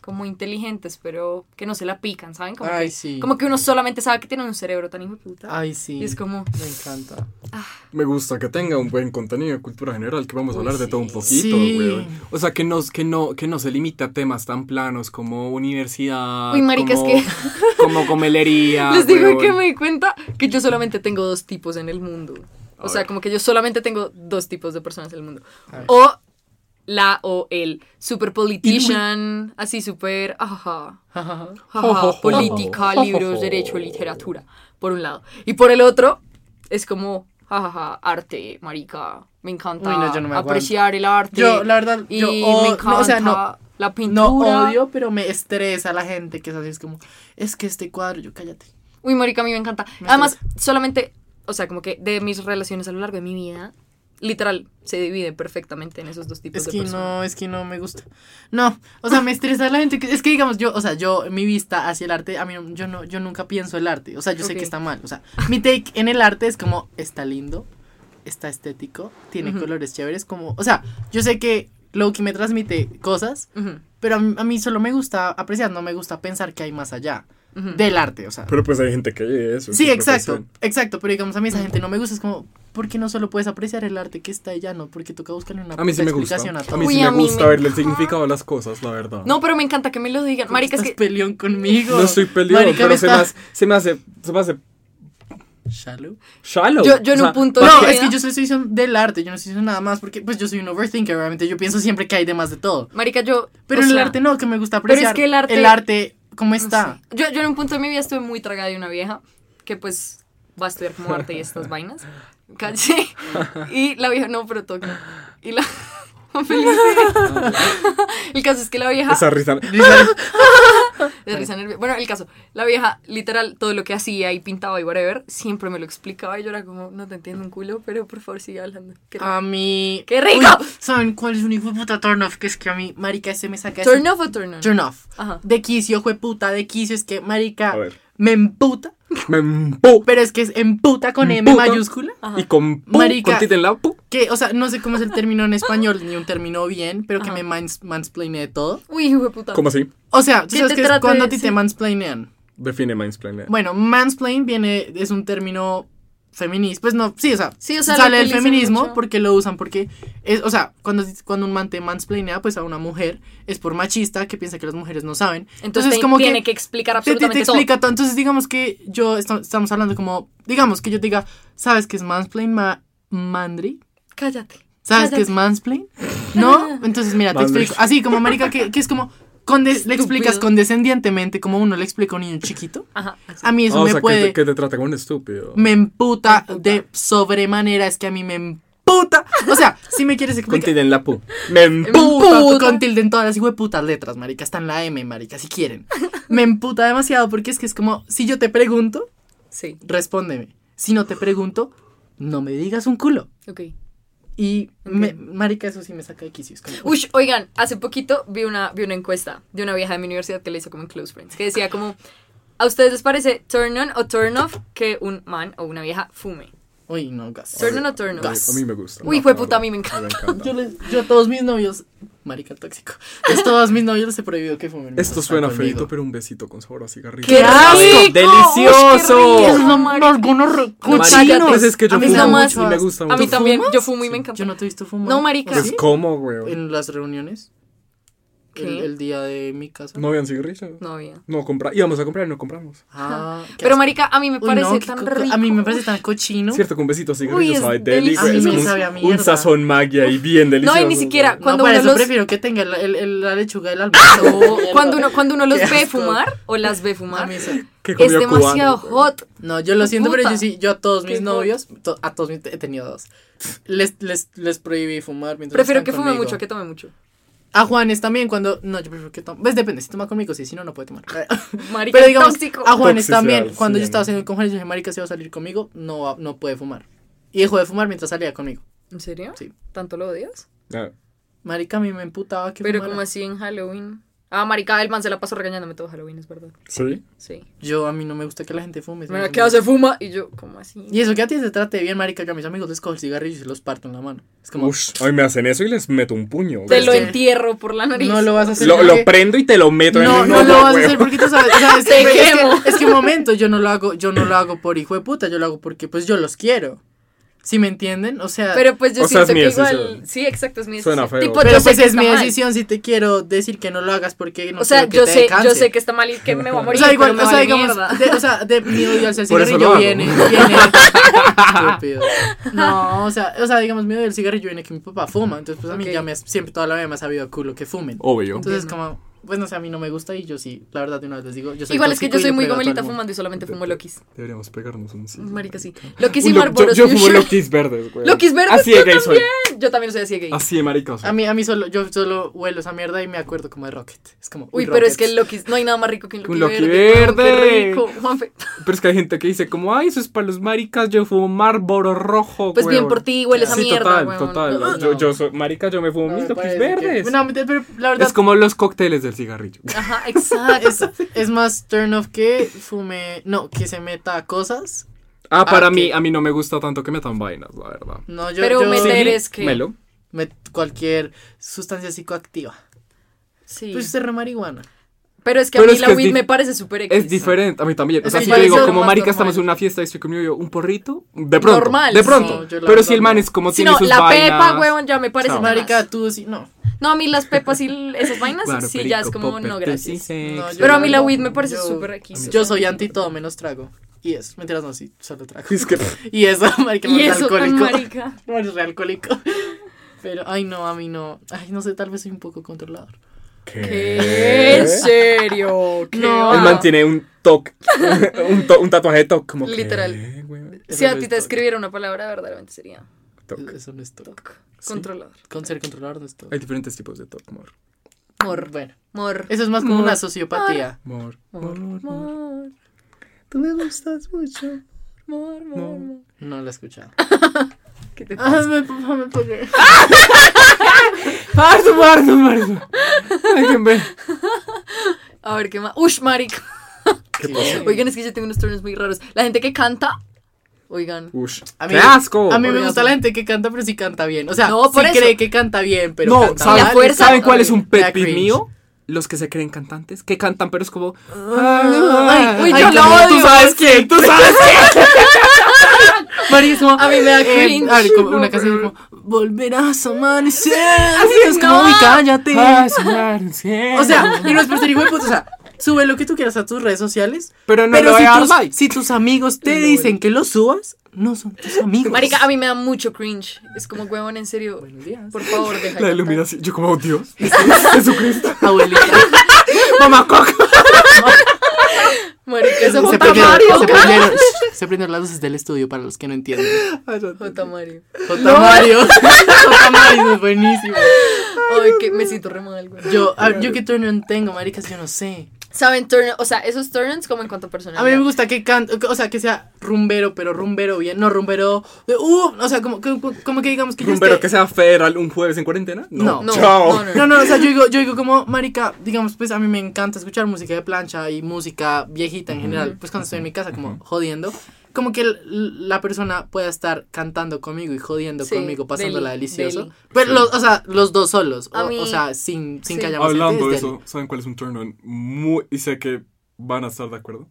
Speaker 4: como inteligentes, pero que no se la pican, ¿saben? Como,
Speaker 2: Ay,
Speaker 4: que,
Speaker 2: sí.
Speaker 4: como que uno solamente sabe que tienen un cerebro tan hijo de puta.
Speaker 2: Ay, sí.
Speaker 4: Y es como,
Speaker 2: Me encanta.
Speaker 3: Me gusta que tenga un buen contenido de cultura general, que vamos a
Speaker 4: Uy,
Speaker 3: hablar de
Speaker 4: sí.
Speaker 3: todo un poquito,
Speaker 2: Sí.
Speaker 3: weón. O sea, que, nos, que, no, que no se limita a temas tan planos como universidad,
Speaker 4: Uy, marica, es
Speaker 3: como,
Speaker 4: que-
Speaker 3: como comelería,
Speaker 2: Ah,
Speaker 4: les digo
Speaker 3: weón.
Speaker 4: que me di cuenta que yo solamente tengo dos tipos en el mundo.
Speaker 3: A
Speaker 4: O sea,
Speaker 3: ver.
Speaker 4: como que yo solamente tengo dos tipos de personas en el mundo.
Speaker 2: A ver.
Speaker 4: O la o el super politician, así super, ajá. Ajá,
Speaker 3: Ojo,
Speaker 4: política,
Speaker 3: ojo.
Speaker 4: libros, derecho, literatura, por un lado. Y por el otro, es como, jajaja, arte, marica. Me encanta
Speaker 2: Uy, no, yo no me aguanto.
Speaker 4: apreciar el arte.
Speaker 2: Yo, la verdad,
Speaker 4: y
Speaker 2: yo
Speaker 4: me
Speaker 2: od-
Speaker 4: encanta
Speaker 2: no, o sea, no.
Speaker 4: la pintura.
Speaker 2: No odio, pero me estresa la gente que es así. Es como, es que este cuadro, yo cállate.
Speaker 4: Uy, marica, a mí me encanta.
Speaker 2: Me
Speaker 4: Además, solamente, o sea, como que de mis relaciones a lo largo de mi vida, literal, se divide perfectamente en esos dos tipos
Speaker 2: Es
Speaker 4: de
Speaker 2: que
Speaker 4: personas.
Speaker 2: no, es que no me gusta. No, o sea, me estresa la gente. que- Es que digamos, yo, o sea, yo, mi vista hacia el arte, a mí, no- yo no, yo nunca pienso el arte. O sea, yo sé
Speaker 4: Ok.
Speaker 2: que está mal. O sea, mi take en el arte es como, está lindo, está estético, tiene
Speaker 4: Ujú.
Speaker 2: colores chéveres, como, o sea, yo sé que Loki me transmite cosas,
Speaker 4: Ujú,
Speaker 2: pero a mí, a mí solo me gusta apreciar, no me gusta pensar que hay más allá
Speaker 4: ujú.
Speaker 2: del arte, o sea.
Speaker 3: Pero pues hay gente que oye eso. es
Speaker 2: sí,
Speaker 3: su
Speaker 2: exacto,
Speaker 3: profesión.
Speaker 2: exacto, pero digamos a mí esa gente no me gusta, es como, ¿por qué no solo puedes apreciar el arte que está allá, no? Porque toca buscarle una
Speaker 3: A mí sí
Speaker 2: puta
Speaker 3: me gusta.
Speaker 2: explicación a
Speaker 3: A
Speaker 2: todo.
Speaker 3: mí
Speaker 4: Uy,
Speaker 3: sí me
Speaker 4: a mí
Speaker 3: gusta
Speaker 4: me
Speaker 3: verle el significado a las cosas, la verdad.
Speaker 4: No, pero me encanta que me lo digan.
Speaker 2: ¿Por qué
Speaker 4: Marica, es
Speaker 2: estás
Speaker 4: que.
Speaker 2: peleón conmigo.
Speaker 3: No estoy peleón,
Speaker 2: Marica,
Speaker 3: pero
Speaker 2: me
Speaker 3: se me,
Speaker 2: está-
Speaker 3: hace, se me hace. Se me hace
Speaker 2: Shallow.
Speaker 3: shallow.
Speaker 4: Yo- yo en un punto-
Speaker 2: No,
Speaker 4: ¿Por qué?
Speaker 2: es que yo solo estoy diciendo del arte, yo no estoy diciendo nada más, porque pues yo soy un overthinker, realmente yo pienso siempre que hay de más de todo.
Speaker 4: Marica, yo.
Speaker 2: Pero
Speaker 4: o
Speaker 2: en el
Speaker 4: sea,
Speaker 2: arte no, que me gusta
Speaker 4: pero es
Speaker 2: apreciar
Speaker 4: que el arte-
Speaker 2: ¿cómo
Speaker 4: no
Speaker 2: está?
Speaker 4: sé. Yo, yo en un punto de mi vida estuve muy tragada de una vieja que pues va a estudiar como arte y estas vainas. ¿Caché? Y la vieja, no, pero toca. Y la. Felipe. el caso es que la vieja.
Speaker 3: Esa risa.
Speaker 4: de risa nerviosa. Bueno, el caso. La vieja, literal, todo lo que hacía y pintaba y whatever, siempre me lo explicaba. Y yo era como, no te entiendo un culo, pero por favor sigue hablando. Qué rico.
Speaker 2: A mí.
Speaker 4: ¡Qué rico!
Speaker 2: Uy, ¿Saben cuál es un hijo de puta turn off? Que es que a mí, marica, se me saca
Speaker 4: ¿Turn
Speaker 2: ese-
Speaker 4: off o turn on?
Speaker 2: Turn off.
Speaker 4: Ajá.
Speaker 2: De quicio, hijo de puta, de quicio, es que, marica,
Speaker 3: A ver.
Speaker 2: me emputa.
Speaker 3: Me empu-
Speaker 2: Pero es que es emputa con M
Speaker 3: Emputa.
Speaker 2: mayúscula.
Speaker 4: Ajá.
Speaker 3: Y con pu,
Speaker 2: Marica.
Speaker 3: con tita en la pu.
Speaker 2: Que, o sea, no sé cómo es el término en español, ni un término bien, pero que
Speaker 4: Ajá.
Speaker 2: me mans mansplainé de todo.
Speaker 4: Uy, hijo de puta.
Speaker 3: ¿Cómo así?
Speaker 2: O sea, tú
Speaker 4: Que
Speaker 2: sabes
Speaker 4: te
Speaker 2: que es
Speaker 4: trate
Speaker 2: cuando a
Speaker 4: de-
Speaker 2: ti
Speaker 4: sí.
Speaker 2: te mansplainean.
Speaker 3: Define mansplaining.
Speaker 2: Bueno, mansplain viene, es un término feminista. Pues no, sí, o sea,
Speaker 4: Sí, o sea, lo
Speaker 2: sale del
Speaker 4: utilizan
Speaker 2: feminismo
Speaker 4: mucho.
Speaker 2: porque lo usan porque es, o sea, cuando, cuando un man te mansplainea pues a una mujer es por machista que piensa que las mujeres no saben.
Speaker 4: Entonces,
Speaker 2: Entonces, como
Speaker 4: tiene que,
Speaker 2: que,
Speaker 4: explicar
Speaker 2: te, te-
Speaker 4: absolutamente
Speaker 2: te explica todo. Entonces, digamos que yo esto- estamos hablando como digamos que yo te diga, ¿sabes qué es mansplain ma- mandri?
Speaker 4: todo. Cállate.
Speaker 2: ¿Sabes
Speaker 4: Cállate.
Speaker 2: qué es mansplain? ¿No? Entonces, mira, te
Speaker 3: Mansplain.
Speaker 2: explico. Así como marica que, que es como conde- le explicas
Speaker 4: Estúpido.
Speaker 2: condescendientemente como uno le explica a un niño chiquito.
Speaker 4: Ajá.
Speaker 2: A mí eso
Speaker 3: Ah, o
Speaker 2: me
Speaker 3: sea, que
Speaker 2: puede
Speaker 3: te- que te trata como un estúpido.
Speaker 2: me emputa
Speaker 4: Me emputa.
Speaker 2: de sobremanera, es que a mí me emputa. O sea, si me quieres
Speaker 3: Con
Speaker 2: explicar.
Speaker 3: tilde en la pu. Me emputa.
Speaker 2: Puta,
Speaker 4: Puta.
Speaker 2: con tilde en todas las putas letras, marica. Está en la M, marica, si quieren. Me emputa demasiado porque es que es como, si yo te pregunto,
Speaker 4: Sí,
Speaker 2: respóndeme. Si no te pregunto, no me digas un culo.
Speaker 4: ok.
Speaker 2: Y, me- marica, eso sí me saca de quicio. es como, uy,
Speaker 4: Uy, oigan, hace poquito vi una, vi una encuesta de una vieja de mi universidad que le hizo como en Close Friends, que decía como, ¿a ustedes les parece turn on o turn off que un man o una vieja fume?
Speaker 2: uy, no, gas.
Speaker 4: Turn on o turn
Speaker 3: A mí-
Speaker 4: off.
Speaker 3: A mí me gusta.
Speaker 4: Uy,
Speaker 3: No,
Speaker 4: fue puta,
Speaker 3: la
Speaker 4: a mí me
Speaker 3: verdad,
Speaker 4: encanta.
Speaker 3: me
Speaker 2: Yo, les- yo a todos mis novios, marica tóxico, a todos mis novios les he prohibido que fumen.
Speaker 3: Esto
Speaker 2: mientras
Speaker 3: suena
Speaker 2: están conmigo.
Speaker 3: feito, pero un besito con sabor a cigarrillo.
Speaker 2: ¡Qué asco!
Speaker 3: ¡Delicioso!
Speaker 4: Uy, qué
Speaker 2: Es
Speaker 4: rico,
Speaker 2: lo
Speaker 4: marica.
Speaker 2: más gonorro-
Speaker 3: Marica,
Speaker 2: cochinos.
Speaker 3: Pues es que yo
Speaker 2: A mí
Speaker 3: fumo
Speaker 2: nada más.
Speaker 3: mucho y me gusta
Speaker 4: A mí
Speaker 3: mucho.
Speaker 4: también,
Speaker 2: fumas?
Speaker 4: yo fumo y me encanta.
Speaker 2: Yo no te he visto fumar.
Speaker 4: No, marica.
Speaker 2: ¿O
Speaker 3: Pues
Speaker 2: sí?
Speaker 3: cómo, güey.
Speaker 2: En las reuniones.
Speaker 4: ¿Qué?
Speaker 2: El, el día de mi casa.
Speaker 3: No habían cigarrillos.
Speaker 4: No, bien.
Speaker 3: No compra, íbamos a comprar y no compramos.
Speaker 2: Ah, qué
Speaker 4: Pero
Speaker 2: asco.
Speaker 4: marica, a mí me
Speaker 2: Uy,
Speaker 4: parece
Speaker 2: no, qué
Speaker 4: tan
Speaker 2: co-
Speaker 4: rico.
Speaker 2: A mí me parece tan cochino.
Speaker 3: Cierto que un besito a cigarrillo
Speaker 4: Uy, es
Speaker 3: sabe deli,
Speaker 4: delicioso.
Speaker 3: güey.
Speaker 4: A mí
Speaker 3: Es como
Speaker 4: me
Speaker 3: un-
Speaker 2: sabe a
Speaker 3: un
Speaker 2: mierda.
Speaker 3: sazón magia y bien delicioso.
Speaker 4: No, y ni siquiera
Speaker 2: No,
Speaker 4: cuando
Speaker 2: para
Speaker 4: uno
Speaker 2: eso
Speaker 4: los
Speaker 2: prefiero que tenga el, el- el- la lechuga del almuerzo. Mierda.
Speaker 4: cuando uno cuando uno los
Speaker 2: Qué
Speaker 4: ve
Speaker 2: asco.
Speaker 4: fumar o las ve
Speaker 2: A
Speaker 4: fumar,
Speaker 2: mí
Speaker 4: es
Speaker 2: eso-
Speaker 3: Que comió
Speaker 4: demasiado
Speaker 3: cubano, güey.
Speaker 4: hot.
Speaker 2: No, yo lo siento, pero
Speaker 4: Puta.
Speaker 2: yo sí, yo a todos mis
Speaker 4: Qué
Speaker 2: novios, to- a todos mis, he tenido dos, les, les, les prohibí fumar mientras
Speaker 4: Prefiero
Speaker 2: están
Speaker 4: que fume
Speaker 2: conmigo.
Speaker 4: mucho, que tome mucho.
Speaker 2: A Juanes también cuando, no, yo prefiero que tome, pues depende, si toma conmigo, sí, si no, no puede tomar.
Speaker 4: Marica,
Speaker 2: Pero digamos,
Speaker 4: tóxico.
Speaker 2: a Juanes
Speaker 3: Toxicidad,
Speaker 2: también,
Speaker 3: sí,
Speaker 2: cuando yo
Speaker 3: no.
Speaker 2: estaba haciendo con Juanes, yo dije, marica, si va a salir conmigo, no, va- no puede fumar. Y dejó de fumar mientras salía conmigo.
Speaker 4: ¿En serio?
Speaker 2: Sí.
Speaker 4: ¿Tanto lo odias?
Speaker 3: Ah,
Speaker 2: Marica, a mí me emputaba que
Speaker 4: Pero
Speaker 2: fumara.
Speaker 4: como así en Halloween. Ah, marica, el man se la pasó regañándome todo Halloween, es verdad.
Speaker 3: ¿Sí?
Speaker 4: Sí.
Speaker 2: Yo, a mí no me gusta que la gente fume. se me
Speaker 4: Mira,
Speaker 2: hace
Speaker 4: ¿qué hace? Fuma. Y yo, ¿cómo así?
Speaker 2: muy- Y eso que a ti se trate bien, marica, que a mis amigos les cojo el cigarrillo y se los parto en la mano. Es como,
Speaker 3: Ush, a mí me hacen eso y les meto un puño.
Speaker 4: Te
Speaker 3: güey.
Speaker 4: lo
Speaker 2: Sí.
Speaker 4: entierro por la nariz.
Speaker 2: no lo vas a hacer.
Speaker 3: Lo, lo
Speaker 2: porque-
Speaker 3: prendo y te lo meto en
Speaker 2: No,
Speaker 3: el
Speaker 2: no
Speaker 3: nodo,
Speaker 2: lo vas a
Speaker 3: güey.
Speaker 2: hacer porque tú sabes, o sea, es,
Speaker 4: Te
Speaker 2: es
Speaker 4: quemo.
Speaker 2: que, es que un momento, yo no lo hago, yo no lo hago por hijo de puta, yo lo hago porque pues yo los quiero. ¿Sí me entienden? O sea,
Speaker 4: Pero pues yo
Speaker 3: O sea, es
Speaker 4: siento
Speaker 3: mi
Speaker 4: que
Speaker 3: decisión.
Speaker 4: igual. Sí, exacto, es mi decisión.
Speaker 3: Suena feo.
Speaker 4: Tipo,
Speaker 2: Pero
Speaker 4: yo sé
Speaker 2: pues
Speaker 4: que
Speaker 2: es
Speaker 4: está
Speaker 2: mi
Speaker 4: mal.
Speaker 2: decisión si te quiero decir que no lo hagas porque no
Speaker 4: O sea,
Speaker 2: quiero que
Speaker 4: yo
Speaker 2: te
Speaker 4: sé,
Speaker 2: dé
Speaker 4: yo
Speaker 2: cáncer.
Speaker 4: sé que está mal y que me voy a morir.
Speaker 2: O sea,
Speaker 4: pero
Speaker 2: igual,
Speaker 4: me
Speaker 2: o sea,
Speaker 4: vale
Speaker 2: digamos,
Speaker 4: mierda.
Speaker 2: de, o sea, de mi odio al
Speaker 3: Por eso
Speaker 2: cigarrillo
Speaker 3: lo
Speaker 2: viene,
Speaker 3: hago.
Speaker 2: viene. Estúpido. No, o sea, o sea, digamos, mi odio al cigarrillo viene que mi papá fuma, entonces pues a mí
Speaker 4: Ok.
Speaker 2: ya me, siempre toda la vida me ha sabido a culo que fumen.
Speaker 3: Obvio.
Speaker 2: Entonces como, pues no sé, a mí no me gusta y yo sí, la verdad de una vez les digo, yo soy
Speaker 4: Igual es que yo
Speaker 2: tóxico y
Speaker 4: soy
Speaker 2: le
Speaker 4: muy
Speaker 2: pego a todo el
Speaker 4: gomelita
Speaker 2: mundo.
Speaker 4: fumando y solamente fumo Lokis.
Speaker 3: Deberíamos pegarnos un cigarro.
Speaker 4: Marica, sí. Lokis y
Speaker 3: Un lo-
Speaker 4: Marlboro.
Speaker 3: yo, yo fumo
Speaker 4: Fusion.
Speaker 3: Lokis verdes, Ah, güey.
Speaker 4: Lokis verdes,
Speaker 3: Así
Speaker 4: yo
Speaker 3: de gay soy.
Speaker 4: Yo también soy así de gay.
Speaker 3: Así de marica soy.
Speaker 2: A mí, a mí solo, yo solo huelo esa mierda y me acuerdo como de Rocket. Es como,
Speaker 4: Uy, pero es
Speaker 2: Rocket.
Speaker 4: que el Lokis, no hay nada más rico que un Loki,
Speaker 3: Un Loki
Speaker 4: verde. weón,
Speaker 3: verde.
Speaker 4: Qué rico, Juanfe.
Speaker 3: Pero es que hay gente que dice como, ay, eso es para los maricas, yo fumo Marlboro rojo,
Speaker 4: Pues bien
Speaker 3: huevón".
Speaker 4: por ti, huele esa
Speaker 3: Sí,
Speaker 4: mierda,
Speaker 3: total,
Speaker 4: weón.
Speaker 3: total.
Speaker 2: No.
Speaker 3: Yo, yo soy marica, yo me fumo
Speaker 2: No, me
Speaker 3: mis Lokis
Speaker 2: parece
Speaker 3: verdes.
Speaker 2: que- No, mentira, pero la verdad ah,
Speaker 3: Es como los cócteles del cigarrillo.
Speaker 4: Ajá, exacto.
Speaker 2: es, es más turn off que fume, no, que se meta a cosas.
Speaker 3: Ah, para
Speaker 2: Ah,
Speaker 3: mí,
Speaker 2: que-
Speaker 3: a mí no me gusta tanto que metan vainas, la verdad.
Speaker 2: No, yo,
Speaker 4: Pero
Speaker 2: yo-
Speaker 4: meter-
Speaker 3: Sí,
Speaker 4: Eres que-
Speaker 3: Melo.
Speaker 2: met- cualquier sustancia psicoactiva.
Speaker 4: Sí.
Speaker 2: Pues ser re marihuana.
Speaker 4: pero es que a
Speaker 3: Pero
Speaker 4: mí
Speaker 3: es
Speaker 4: la
Speaker 3: que es
Speaker 4: weed
Speaker 3: di-
Speaker 4: me parece súper X.
Speaker 3: Es diferente, a mí también. O
Speaker 4: Es
Speaker 3: sea,
Speaker 4: que
Speaker 3: si
Speaker 4: yo
Speaker 3: yo digo,
Speaker 4: soy
Speaker 3: como
Speaker 4: más
Speaker 3: marica,
Speaker 4: normal.
Speaker 3: estamos en una fiesta y estoy conmigo yo, un porrito, de pronto.
Speaker 4: Normal,
Speaker 3: de
Speaker 4: sí.
Speaker 3: pronto.
Speaker 2: No, yo la
Speaker 3: Pero si
Speaker 2: verdad
Speaker 3: el man
Speaker 2: no.
Speaker 3: es como
Speaker 4: Sí,
Speaker 3: tiene
Speaker 4: no,
Speaker 3: sus
Speaker 4: la
Speaker 3: vainas.
Speaker 4: pepa, weón, ya me parece
Speaker 3: Chao.
Speaker 4: más.
Speaker 2: Marica, tú sí, no.
Speaker 4: No, a mí las pepas y l- esas vainas
Speaker 3: Claro,
Speaker 4: sí ya es
Speaker 3: perico,
Speaker 4: como
Speaker 3: popper,
Speaker 4: no
Speaker 3: pussy,
Speaker 4: gracias.
Speaker 3: sex.
Speaker 2: No, yo
Speaker 4: Pero a
Speaker 2: no,
Speaker 4: mí la
Speaker 2: no,
Speaker 4: weed me parece
Speaker 2: yo-
Speaker 4: súper X.
Speaker 2: Yo soy anti todo menos trago. Y eso, mentiras, no, sí, solo trago. Y eso, marica,
Speaker 4: Y
Speaker 2: me
Speaker 4: eso ah, tan
Speaker 2: alcohólico.
Speaker 4: marica.
Speaker 2: No eres re alcohólico. Pero, ay, no, a mí no. Ay, no sé, tal vez soy un poco controlador.
Speaker 4: ¿Qué? ¿En serio? ¿Qué
Speaker 2: No.
Speaker 4: va?
Speaker 2: Ah.
Speaker 3: ¿Eh? El man tiene un toc, un, to- un tatuaje de toc, como que,
Speaker 4: Literal.
Speaker 3: weón,
Speaker 4: Si a ti te
Speaker 2: Eso no es
Speaker 4: escribiera una palabra, verdaderamente sería
Speaker 3: toc.
Speaker 2: Eso no es todo.
Speaker 4: toc,
Speaker 3: Sí.
Speaker 4: controlador.
Speaker 2: Con ser controlador no es todo.
Speaker 3: Hay diferentes tipos de toc, amor.
Speaker 4: Mor,
Speaker 2: Bueno,
Speaker 4: mor,
Speaker 3: Eh.
Speaker 2: eso es más como
Speaker 3: Mor.
Speaker 2: una sociopatía.
Speaker 3: Amor,
Speaker 4: mor,
Speaker 3: amor, amor.
Speaker 4: mor,
Speaker 3: Tú me gustas mucho.
Speaker 4: mor, mor, mor.
Speaker 2: No la he escuchado.
Speaker 4: ¿Qué te
Speaker 2: Ah, me, me toqué.
Speaker 3: Marzo, marzo, marzo. Hay que ver.
Speaker 4: A ver, ¿qué más? Ush, marica.
Speaker 3: ¿Qué
Speaker 2: Sí.
Speaker 3: pasó?
Speaker 4: Oigan, es que yo tengo unos turnos muy raros. La gente que canta, oigan.
Speaker 3: Ush.
Speaker 2: A mí-
Speaker 3: ¡Qué asco!
Speaker 2: A mí me
Speaker 4: Orgasmo.
Speaker 2: gusta la gente que canta, pero sí canta bien. O sea,
Speaker 4: No, por
Speaker 2: sí
Speaker 4: eso.
Speaker 2: cree que canta bien, pero.
Speaker 3: no,
Speaker 2: canta
Speaker 3: ¿saben,
Speaker 2: mal.
Speaker 4: fuerza.
Speaker 3: ¿saben cuál es un
Speaker 2: Me da
Speaker 3: pet peeve
Speaker 2: cringe.
Speaker 3: mío? Los que se creen cantantes, que cantan, pero es como.
Speaker 4: Ah, Ay, uy,
Speaker 2: Ay,
Speaker 4: yo lo
Speaker 2: como
Speaker 4: odio.
Speaker 2: Tú sabes quién, tú sabes quién. María es como.
Speaker 4: A mí me da
Speaker 2: eh,
Speaker 4: cringe.
Speaker 2: a ver, como
Speaker 3: No,
Speaker 2: una canción
Speaker 3: pero-
Speaker 2: como. Volverás a amanecer. Así es
Speaker 4: no.
Speaker 2: como, uy, cállate. O
Speaker 3: O
Speaker 2: sea, y no es por ser hijo de puta, o sea, sube lo que tú quieras a tus redes sociales.
Speaker 3: Pero no lo
Speaker 2: si,
Speaker 3: voy a dar
Speaker 2: tus,
Speaker 3: like.
Speaker 2: si tus amigos te dicen que lo subas, no son tus amigos.
Speaker 4: Marica, a mí me da mucho cringe. Es como, huevón, en serio.
Speaker 2: Buenos días.
Speaker 4: Por favor, deja
Speaker 3: la
Speaker 4: de cantar.
Speaker 3: iluminación. Yo, como, oh, Dios. Jesucristo.
Speaker 2: Abuelita.
Speaker 3: Mamá Coca.
Speaker 4: Marica, eso
Speaker 2: se,
Speaker 4: J.
Speaker 2: prendieron,
Speaker 4: Mario.
Speaker 2: se, prendieron, shh, se prendieron las luces del estudio para los que no entienden.
Speaker 4: J. Mario.
Speaker 2: J. Mario. J. Mario es buenísimo.
Speaker 4: Ay, que me siento re mal, güey.
Speaker 2: Yo, a- yo que turn tengo, maricas, yo no sé.
Speaker 4: ¿Saben turn O sea, esos turn-ons como en cuanto a
Speaker 2: A mí me
Speaker 4: personalidad.
Speaker 2: gusta que cante, o sea, que sea rumbero, pero rumbero bien, no rumbero. de, Uh, o sea, como, como, como que digamos que yo
Speaker 3: Pero
Speaker 2: esté-
Speaker 3: que sea federal un jueves en cuarentena.
Speaker 2: No.
Speaker 4: No,
Speaker 3: Chao.
Speaker 4: no, no.
Speaker 2: No, no, o sea, yo digo, yo digo como, marica, digamos, pues a mí me encanta escuchar música de plancha y música viejita en general, pues cuando estoy en mi casa como jodiendo, como que l- la persona pueda estar cantando conmigo y jodiendo
Speaker 4: Sí,
Speaker 2: conmigo, pasándola
Speaker 4: deli,
Speaker 2: delicioso.
Speaker 4: deli.
Speaker 2: Pero los, o sea, los dos solos,
Speaker 4: A
Speaker 2: o,
Speaker 4: mí-
Speaker 2: o sea, sin, sin
Speaker 4: sí.
Speaker 2: que haya más gente,
Speaker 3: Hablando de
Speaker 2: es deli.
Speaker 3: eso, ¿saben cuál es un turn on? Muy, y sé que van a estar de acuerdo.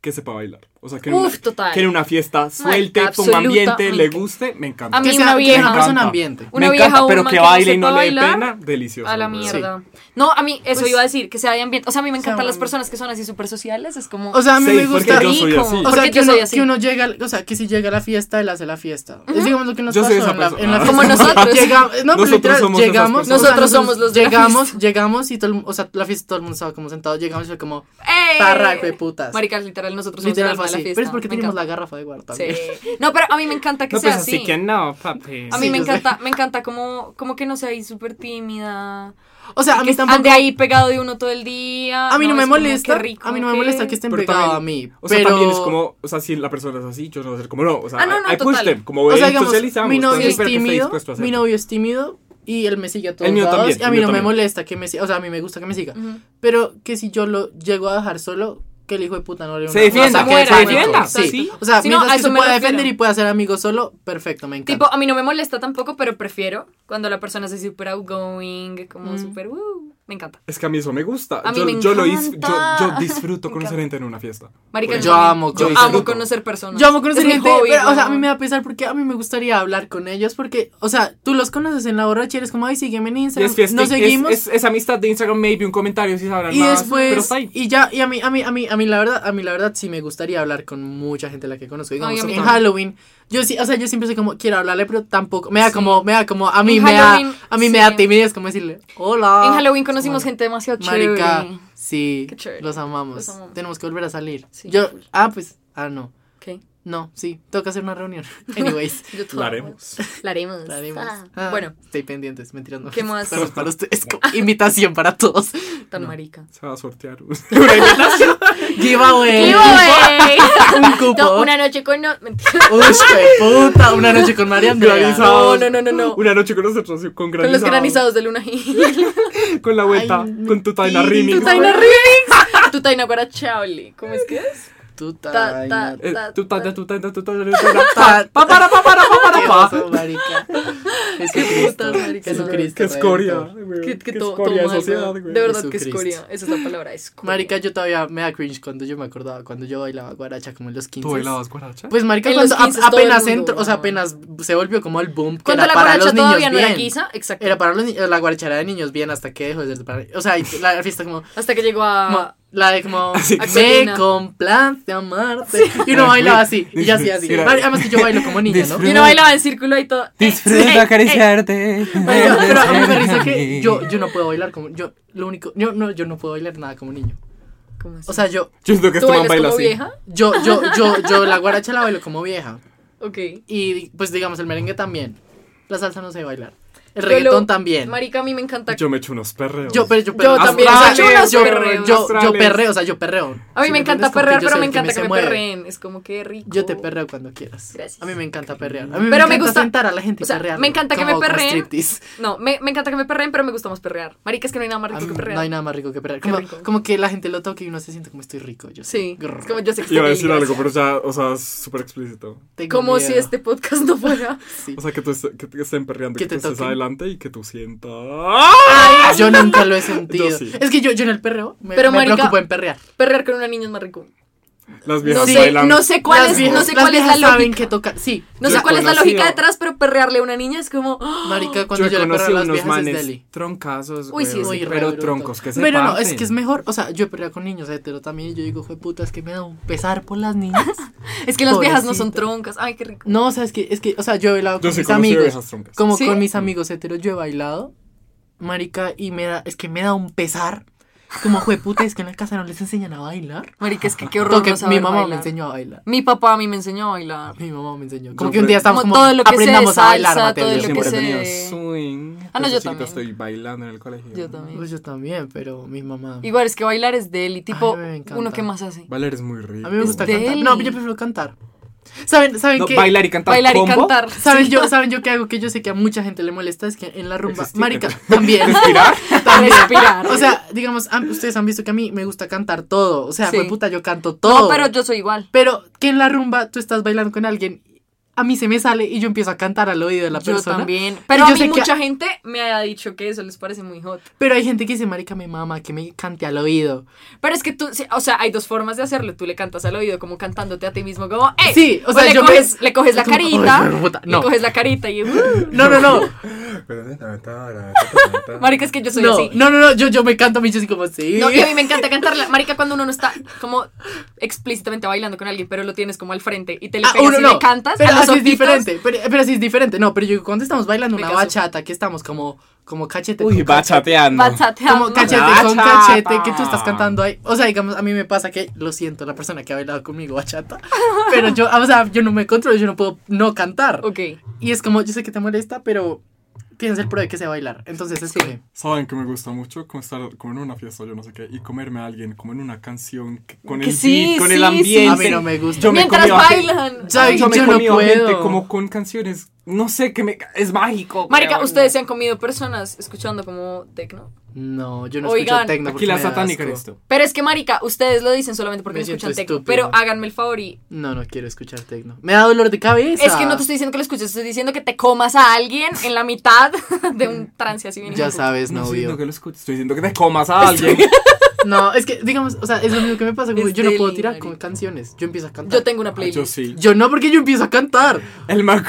Speaker 3: Que sepa bailar. O sea, que en,
Speaker 4: Uf,
Speaker 3: una,
Speaker 4: total.
Speaker 3: que en una fiesta suelte,
Speaker 4: Marica,
Speaker 3: ponga ambiente, le
Speaker 4: absolutamente.
Speaker 3: guste, me encanta.
Speaker 4: A mí
Speaker 2: Que sea,
Speaker 4: una
Speaker 2: que
Speaker 4: vieja.
Speaker 2: una persona
Speaker 3: encanta.
Speaker 2: ambiente.
Speaker 4: Una
Speaker 3: me
Speaker 4: vieja
Speaker 3: encanta,
Speaker 4: o un
Speaker 3: pero
Speaker 4: man
Speaker 3: que
Speaker 4: que no
Speaker 3: baile y
Speaker 4: sepa
Speaker 3: no le dé
Speaker 4: bailar,
Speaker 3: pena, delicioso.
Speaker 4: A la
Speaker 3: güey.
Speaker 4: mierda. No, a mí eso
Speaker 2: Pues-
Speaker 4: iba a decir, que sea de ambiente. O sea, a mí me encantan
Speaker 2: Sea
Speaker 4: las
Speaker 2: un-
Speaker 4: personas que son así súper sociales. Es como.
Speaker 2: O sea, a mí
Speaker 3: Sí,
Speaker 2: me
Speaker 3: porque
Speaker 2: gusta...
Speaker 3: yo soy
Speaker 4: rico.
Speaker 3: así.
Speaker 2: O
Speaker 4: Porque
Speaker 2: sea, que
Speaker 4: yo
Speaker 2: uno,
Speaker 4: soy así.
Speaker 2: que uno llega, al- o sea, que si llega a la fiesta, él hace la fiesta. Es digamos lo que nos
Speaker 3: Yo soy
Speaker 2: pasó
Speaker 3: esa
Speaker 2: en la, en
Speaker 3: persona.
Speaker 2: la
Speaker 3: Ah.
Speaker 4: Como nosotros.
Speaker 2: Llega- no, pero
Speaker 3: Nosotros
Speaker 2: literal,
Speaker 3: somos esas
Speaker 2: llegamos,
Speaker 4: personas.
Speaker 2: o sea,
Speaker 4: Nosotros somos los de la
Speaker 2: llegamos,
Speaker 4: fiesta.
Speaker 2: llegamos y todo, el mu- o sea, la fiesta todo el mundo estaba como sentado, llegamos y fue como
Speaker 4: ¡Ey!
Speaker 2: parra de putas.
Speaker 4: Eh, Marica, literal, nosotros somos el
Speaker 2: literal
Speaker 4: alma
Speaker 2: fue
Speaker 4: de la
Speaker 2: así.
Speaker 4: fiesta.
Speaker 2: Pero es porque
Speaker 4: Me
Speaker 2: tenemos la
Speaker 4: encanta.
Speaker 2: garrafa de igual también.
Speaker 4: Sí. No, pero a mí me encanta que
Speaker 3: No,
Speaker 4: sea
Speaker 3: pues así
Speaker 4: así.
Speaker 3: que no, papi.
Speaker 4: A mí
Speaker 2: Sí,
Speaker 4: me
Speaker 2: yo sé.
Speaker 4: encanta, me encanta como, como que no sea ahí súper tímida.
Speaker 2: O sea, a
Speaker 4: que
Speaker 2: mí tampoco
Speaker 4: ande ahí pegado de uno todo el día.
Speaker 2: a mí no, me
Speaker 4: es como,
Speaker 2: molesta,
Speaker 4: qué rico,
Speaker 2: a mí no
Speaker 4: qué-
Speaker 2: me molesta que estén
Speaker 3: Pero
Speaker 2: pegados a
Speaker 3: también-
Speaker 2: mí,
Speaker 3: O sea,
Speaker 2: pero
Speaker 3: también es como, o sea, si la persona es así, yo no voy a ser como, no, o sea,
Speaker 4: Ah, no, no,
Speaker 3: I push
Speaker 4: total.
Speaker 3: them, como
Speaker 2: o sea,
Speaker 3: ven,
Speaker 2: digamos,
Speaker 3: Pues, socializamos.
Speaker 2: mi novio
Speaker 3: también
Speaker 2: es
Speaker 3: espero que esté
Speaker 2: tímido,
Speaker 3: dispuesto a
Speaker 2: mi
Speaker 3: hacerlo.
Speaker 2: novio es tímido y él me sigue a todos
Speaker 3: mío
Speaker 2: lados
Speaker 3: también,
Speaker 2: y a mí
Speaker 3: mío
Speaker 2: no me
Speaker 3: también.
Speaker 2: molesta que me siga, o sea, a mí me gusta que me siga,
Speaker 4: Ujú.
Speaker 2: pero que si yo lo llego a dejar solo que el hijo de puta no le dé
Speaker 3: Se
Speaker 2: una-
Speaker 3: defienda,
Speaker 2: o sea,
Speaker 4: que
Speaker 2: muera,
Speaker 4: se
Speaker 2: marico.
Speaker 4: defienda,
Speaker 2: Sí.
Speaker 3: sí.
Speaker 2: O sea,
Speaker 4: Sí, no,
Speaker 2: mientras
Speaker 4: a
Speaker 2: que
Speaker 4: eso
Speaker 2: se
Speaker 4: me
Speaker 2: pueda
Speaker 4: refiero.
Speaker 2: defender y pueda ser amigo solo, perfecto, me encanta.
Speaker 4: Tipo, a mí no me molesta tampoco, pero prefiero cuando la persona es súper outgoing, como
Speaker 2: Mm.
Speaker 4: súper, "Woo". me encanta.
Speaker 3: Es que a mí eso me gusta.
Speaker 4: A mí
Speaker 3: yo,
Speaker 4: me
Speaker 3: yo lo hice, yo,
Speaker 4: encanta.
Speaker 3: yo disfruto
Speaker 4: Me
Speaker 3: conocer
Speaker 4: encanta.
Speaker 3: gente en una fiesta.
Speaker 4: Marica,
Speaker 2: Yo
Speaker 4: también.
Speaker 2: amo
Speaker 4: yo
Speaker 3: conocer
Speaker 4: amo
Speaker 3: gente.
Speaker 4: conocer personas.
Speaker 2: Yo amo conocer
Speaker 4: Es mi
Speaker 2: gente,
Speaker 4: hobby,
Speaker 2: pero, o sea, a
Speaker 4: weón.
Speaker 2: mí me da pesar porque a mí me gustaría hablar con ellos porque, o sea, tú los conoces en la borracha y eres como, ay, sígueme en
Speaker 3: Y
Speaker 2: Instagram,
Speaker 3: es fiesta,
Speaker 2: nos seguimos.
Speaker 3: Es, es- es amistad de Instagram, maybe un comentario si sabrán
Speaker 2: y
Speaker 3: más. pero
Speaker 2: después
Speaker 3: está ahí.
Speaker 2: y ya y a mí a mí a mí a mí la verdad a mí la verdad sí me gustaría hablar con mucha gente a la que conozco digamos
Speaker 4: Ay, a mí
Speaker 2: en
Speaker 4: también.
Speaker 2: Halloween yo sí o sea yo siempre soy como quiero hablarle pero tampoco me da
Speaker 4: Sí.
Speaker 2: como me da como a mí
Speaker 4: En
Speaker 2: me da
Speaker 4: Halloween,
Speaker 2: a mí
Speaker 4: sí.
Speaker 2: me da timidez como decirle hola
Speaker 4: En Halloween conocimos
Speaker 2: Como,
Speaker 4: gente demasiado chévere.
Speaker 2: marica sí
Speaker 4: Qué chévere.
Speaker 2: los amamos.
Speaker 4: Los amamos.
Speaker 2: tenemos que volver a salir
Speaker 4: Sí,
Speaker 2: yo
Speaker 4: full.
Speaker 2: ah pues ah no
Speaker 4: Ok,
Speaker 2: no sí toca hacer una reunión anyways
Speaker 4: yo todo.
Speaker 3: Lo haremos.
Speaker 4: La haremos.
Speaker 2: La haremos.
Speaker 4: Ah.
Speaker 2: Ah,
Speaker 4: Bueno,
Speaker 2: Estoy pendientes, mentiras. No.
Speaker 4: ¿Qué más?
Speaker 2: Pero para ustedes, como invitación para todos.
Speaker 4: tan
Speaker 2: No.
Speaker 4: marica.
Speaker 3: Se va a sortear un- una invitación.
Speaker 2: Giveaway.
Speaker 4: Giveaway.
Speaker 2: Eh. Un cupo.
Speaker 4: No, una noche con no. mentira.
Speaker 2: Uy, qué puta. Una noche con María Andrea.
Speaker 3: Granizados.
Speaker 4: No, no, no, no, no.
Speaker 3: Una noche con nosotros, con
Speaker 4: Con
Speaker 3: granizados.
Speaker 4: los granizados de Luna Hill.
Speaker 3: Con la vuelta,
Speaker 2: Ay,
Speaker 3: con tu Taina
Speaker 2: mi-
Speaker 3: Rini.
Speaker 4: Tu Taina Remix. Tu Taina Guarachable. ¿Cómo es que es?
Speaker 2: Tu
Speaker 4: Ta, ta,
Speaker 2: vaina.
Speaker 3: Eh,
Speaker 4: ta,
Speaker 3: tu ta-
Speaker 4: ta.
Speaker 3: tu ta- tu ta- tu ta- tu ta- pa- para, pa- para, pa- para,
Speaker 2: ¿Qué
Speaker 3: pa.
Speaker 2: pasó, marica? Jesucristo.
Speaker 4: putas, marica.
Speaker 2: Jesucristo.
Speaker 3: Qué escoria. güey,
Speaker 4: Que, que
Speaker 3: qué
Speaker 4: todo, todo
Speaker 3: escoria de
Speaker 4: mal,
Speaker 3: sociedad,
Speaker 4: weón.
Speaker 3: güey.
Speaker 4: De verdad que
Speaker 2: Jesucristo.
Speaker 4: escoria. Esa es la palabra, escoria.
Speaker 2: Marica, yo todavía me da cringe cuando yo me acordaba, cuando yo bailaba guaracha como en los 15.
Speaker 3: ¿Tú bailabas guaracha?
Speaker 2: Pues marica,
Speaker 4: En los
Speaker 2: cuando a-
Speaker 4: 15 todo el
Speaker 2: apenas
Speaker 4: mundo,
Speaker 2: entró, o sea,
Speaker 4: weón.
Speaker 2: apenas se volvió como el boom que
Speaker 4: Cuando
Speaker 2: era
Speaker 4: la
Speaker 2: para
Speaker 4: guaracha
Speaker 2: los niños
Speaker 4: todavía no era
Speaker 2: bien.
Speaker 4: guisa, exacto.
Speaker 2: Era para los ni- la guarachera de niños bien hasta que dejó de ser para- O sea, y la fiesta como...
Speaker 4: Hasta que llegó
Speaker 2: como-
Speaker 4: a...
Speaker 2: la de como...
Speaker 3: Así.
Speaker 2: Me
Speaker 4: Axelina.
Speaker 2: complace amarte. Y uno bailaba así. Y ya así, así.
Speaker 3: Era-
Speaker 2: Además que yo bailo como niña, ¿no?
Speaker 4: Y uno bailaba en círculo y todo.
Speaker 2: ey,
Speaker 5: Disfruta acariciarte.
Speaker 2: Marica, pero a mí me
Speaker 5: Desde
Speaker 2: risa
Speaker 5: mí.
Speaker 2: que yo, yo no puedo bailar como... Yo, lo único... Yo no, yo no puedo bailar nada como niño.
Speaker 4: ¿Cómo así?
Speaker 2: O sea, yo...
Speaker 3: Yo siento que
Speaker 4: ¿Tú
Speaker 3: este
Speaker 4: bailas
Speaker 3: man baila
Speaker 4: como
Speaker 3: así.
Speaker 4: vieja?
Speaker 2: Yo, yo, yo, yo la guaracha la bailo como vieja.
Speaker 4: Ok.
Speaker 2: Y pues digamos, el merengue también. La salsa no sé bailar. El
Speaker 4: Pero
Speaker 2: reggaetón
Speaker 4: lo-
Speaker 2: también.
Speaker 4: Marica, a mí me encanta...
Speaker 3: Yo me echo unos perreos.
Speaker 2: Yo, pero yo,
Speaker 4: Yo
Speaker 2: perreo.
Speaker 4: también,
Speaker 2: O sea,
Speaker 4: yo las
Speaker 2: yo,
Speaker 4: perreo.
Speaker 2: yo- yo
Speaker 3: Astrales.
Speaker 2: perreo, o sea, yo perreo.
Speaker 4: A mí
Speaker 2: ¿Sí
Speaker 4: me encanta
Speaker 2: entiendes? Como
Speaker 4: perrear,
Speaker 2: yo
Speaker 4: pero
Speaker 2: sé
Speaker 4: me
Speaker 2: el
Speaker 4: encanta que
Speaker 2: se
Speaker 4: me
Speaker 2: mueve.
Speaker 4: perreen. Es como que rico.
Speaker 2: Yo te perreo cuando quieras.
Speaker 4: Gracias.
Speaker 2: A mí me encanta perrear. A mí
Speaker 4: Pero me
Speaker 2: me, encanta
Speaker 4: gusta-
Speaker 2: sentar a la gente y
Speaker 4: o sea,
Speaker 2: perrear.
Speaker 4: me encanta que me
Speaker 2: como- como
Speaker 4: perreen.
Speaker 2: striptease.
Speaker 4: No, me, me encanta que me perreen, pero me gusta más perrear. Marica, es que no hay nada más
Speaker 2: A
Speaker 4: rico
Speaker 2: mí
Speaker 4: que perrear.
Speaker 2: No hay nada más rico que perrear.
Speaker 4: Qué
Speaker 2: Como,
Speaker 4: rico.
Speaker 2: como que la gente lo toque y uno se siente como estoy rico. Yo
Speaker 4: Sí.
Speaker 2: Grrr.
Speaker 4: Es como yo sé que
Speaker 3: Iba a
Speaker 4: está
Speaker 3: decir
Speaker 4: bien,
Speaker 3: algo, pero
Speaker 4: gracias.
Speaker 3: ya, o sea, es súper explícito.
Speaker 2: Tengo
Speaker 4: Como si
Speaker 2: miedo.
Speaker 4: este podcast no fuera...
Speaker 2: Sí.
Speaker 3: O sea, que tú est- que te estén perreando,
Speaker 2: Que
Speaker 3: que,
Speaker 2: te
Speaker 3: tú estés
Speaker 2: toquen.
Speaker 3: adelante y que tú sientas.
Speaker 2: Yo nunca lo he sentido.
Speaker 3: Yo sí.
Speaker 2: Es que yo, yo en el perreo me,
Speaker 4: Pero,
Speaker 2: me
Speaker 4: marica-
Speaker 2: preocupo en perrear.
Speaker 4: Perrear con una niña es más rico.
Speaker 3: Las viejas
Speaker 4: No sé,
Speaker 3: bailan.
Speaker 4: no sé cuál
Speaker 2: Las
Speaker 4: es,
Speaker 2: viejas-
Speaker 4: no sé
Speaker 2: las
Speaker 4: cuál es la
Speaker 2: viejas saben
Speaker 4: lógica.
Speaker 2: que tocar. Sí.
Speaker 4: No
Speaker 3: Yo
Speaker 4: sé
Speaker 3: he
Speaker 4: cuál es la
Speaker 3: conocido-
Speaker 4: lógica detrás, pero perrearle a una niña es como... ¡ah!
Speaker 2: Marica, cuando yo, le perreo a las viejas es deli.
Speaker 5: troncazos,
Speaker 4: Uy, sí,
Speaker 5: weón,
Speaker 4: sí,
Speaker 5: pero
Speaker 2: re
Speaker 5: troncos que se
Speaker 2: Pero no,
Speaker 5: parten.
Speaker 2: es que es mejor. O sea, yo he peleado con niños hetero también. Y yo digo, fue puta, es que me da un pesar por las niñas.
Speaker 4: Es que las viejas no son
Speaker 2: Pobrecita.
Speaker 4: troncas. Ay, qué rico.
Speaker 2: no, o sea, es que, es que, o sea, yo he bailado
Speaker 3: Yo
Speaker 2: con
Speaker 3: sí
Speaker 2: mis
Speaker 3: conocí
Speaker 2: amigos.
Speaker 3: viejas troncas.
Speaker 2: Como
Speaker 4: ¿Sí?
Speaker 2: con mis amigos heteros, yo he bailado. Marica, y me da, es que me da un pesar. Como, fue puta, es que en la casa no les enseñan a bailar.
Speaker 4: Marica, es que qué horror
Speaker 2: Porque
Speaker 4: no saber
Speaker 2: mi mamá me
Speaker 4: bailar.
Speaker 2: enseñó a bailar.
Speaker 4: Mi papá a mí me enseñó a bailar.
Speaker 2: Mi mamá me enseñó. Como
Speaker 3: Yo
Speaker 2: que un día
Speaker 3: pre-
Speaker 2: estábamos
Speaker 4: Como
Speaker 2: como,
Speaker 4: todo lo que sea de
Speaker 2: aprendamos a bailar,
Speaker 4: salsa, todo
Speaker 2: Mateo.
Speaker 4: lo
Speaker 3: Yo
Speaker 4: que
Speaker 3: siempre he
Speaker 4: sé.
Speaker 3: tenido swing.
Speaker 4: Ah, no,
Speaker 3: Desde
Speaker 4: yo
Speaker 3: chiquito
Speaker 4: también.
Speaker 3: estoy bailando en el colegio.
Speaker 4: Yo también.
Speaker 2: Pues yo también, pero mi mamá.
Speaker 4: Igual es que bailar es deli, tipo
Speaker 2: Ay, me encanta.
Speaker 4: uno que más hace.
Speaker 3: Bailar es muy rico.
Speaker 2: A
Speaker 4: pues
Speaker 2: mí me gusta cantar.
Speaker 4: Deli.
Speaker 2: No, yo prefiero cantar. ¿Saben, saben
Speaker 5: No,
Speaker 2: qué?
Speaker 5: bailar y cantar
Speaker 4: Bailar y
Speaker 5: combo.
Speaker 4: cantar.
Speaker 2: ¿Saben yo, ¿Saben yo qué hago? Que yo sé que a mucha gente le molesta. Es que en la rumba.
Speaker 3: Existir.
Speaker 2: Marica, también.
Speaker 3: Respirar.
Speaker 2: también.
Speaker 4: Respirar.
Speaker 2: O sea, digamos, han- ustedes han visto que a mí me gusta cantar todo. O sea,
Speaker 4: Sí.
Speaker 2: fue puta, yo canto todo.
Speaker 4: No, pero yo soy igual.
Speaker 2: Pero que en la rumba tú estás bailando con alguien. A mí se me sale y yo empiezo a cantar al oído de la
Speaker 4: Yo
Speaker 2: persona.
Speaker 4: también. Pero
Speaker 2: Y
Speaker 4: a
Speaker 2: yo
Speaker 4: mí
Speaker 2: sé que-
Speaker 4: mucha gente me ha dicho que eso les parece muy hot.
Speaker 2: Pero hay gente que dice, Marica, me mama, que me cante al oído.
Speaker 4: Pero es que tú, sí, o sea, hay dos formas de hacerlo. Tú le cantas al oído como cantándote a ti mismo, como, ¡eh!
Speaker 2: Sí, o sea,
Speaker 4: le
Speaker 2: yo me-
Speaker 4: coges, le coges la
Speaker 2: como, "Ay,
Speaker 4: carita.
Speaker 2: hijo de puta, no.
Speaker 4: Le coges la carita y. "Uh".
Speaker 2: No, no, no.
Speaker 4: Marica, es que yo soy
Speaker 2: No,
Speaker 4: así.
Speaker 2: no, no, no, Yo, yo me canto a mí, yo así como, sí.
Speaker 4: No, y a mí me encanta cantarla. Marica, cuando uno no está como explícitamente bailando con alguien, pero lo tienes como al frente y te le
Speaker 2: Ah,
Speaker 4: pegas
Speaker 2: uno
Speaker 4: y
Speaker 2: no,
Speaker 4: le cantas,
Speaker 2: pero
Speaker 4: a los
Speaker 2: así es
Speaker 4: ojitos,
Speaker 2: diferente, pero, pero así es diferente, no, pero yo cuando estamos bailando
Speaker 4: Me
Speaker 2: una
Speaker 4: caso.
Speaker 2: bachata, que estamos como, como cachete
Speaker 5: Uy,
Speaker 2: con cachete,
Speaker 5: bachateando.
Speaker 4: vas chateando.
Speaker 2: como cachete con
Speaker 5: Bachata.
Speaker 2: cachete, que tú estás cantando ahí, o sea, digamos, a mí me pasa que, lo siento, la persona que ha bailado conmigo bachata, pero yo, o sea, yo no me controlo, yo no puedo no cantar,
Speaker 4: Ok.
Speaker 2: y es como, yo sé que te molesta, pero tienes el pro de que sé bailar, entonces escoge.
Speaker 3: Saben que me gusta mucho como estar como en una fiesta, yo no sé qué, y comerme a alguien como en una canción que- con
Speaker 4: Que
Speaker 3: el
Speaker 4: sí,
Speaker 3: beat, con
Speaker 4: sí,
Speaker 3: el
Speaker 4: sí,
Speaker 3: ambiente.
Speaker 2: A mí no me gusta.
Speaker 3: Yo me
Speaker 4: Mientras
Speaker 3: comí a gente-
Speaker 4: bailan.
Speaker 2: Ya,
Speaker 4: Ay,
Speaker 2: yo
Speaker 3: Yo me he
Speaker 2: no
Speaker 3: comido gente
Speaker 2: puedo.
Speaker 3: como con canciones, no sé, que me, es mágico.
Speaker 4: Marica,
Speaker 3: weón.
Speaker 4: ustedes se han comido personas escuchando como tecno.
Speaker 2: No, yo no
Speaker 4: Oigan,
Speaker 2: escucho tecno
Speaker 3: Aquí
Speaker 2: porque
Speaker 3: la
Speaker 2: me da
Speaker 3: satánica
Speaker 2: asco.
Speaker 3: eres tú.
Speaker 4: Pero es que, Marica, ustedes lo dicen solamente porque
Speaker 2: Me
Speaker 4: no escuchan
Speaker 2: siento
Speaker 4: tecno.
Speaker 2: estúpido.
Speaker 4: Pero háganme el favor y.
Speaker 2: No, no quiero escuchar tecno. Me da dolor de cabeza.
Speaker 4: Es que no te estoy diciendo que lo escuches, estoy diciendo que te comas a alguien en la mitad de un trance así bien.
Speaker 2: Mm. Ya
Speaker 4: loco.
Speaker 2: sabes,
Speaker 3: No estoy
Speaker 2: novio.
Speaker 3: diciendo que lo escuches, estoy diciendo que te comas a alguien.
Speaker 2: No, es que, digamos, o sea, es lo mismo que me pasa. como
Speaker 4: Es
Speaker 2: yo no puedo
Speaker 4: deli,
Speaker 2: tirar
Speaker 4: marica.
Speaker 2: con canciones. Yo empiezo a cantar.
Speaker 4: Yo tengo una
Speaker 3: Ay,
Speaker 4: playlist.
Speaker 3: yo sí.
Speaker 2: Yo no, porque yo empiezo a cantar.
Speaker 3: El man,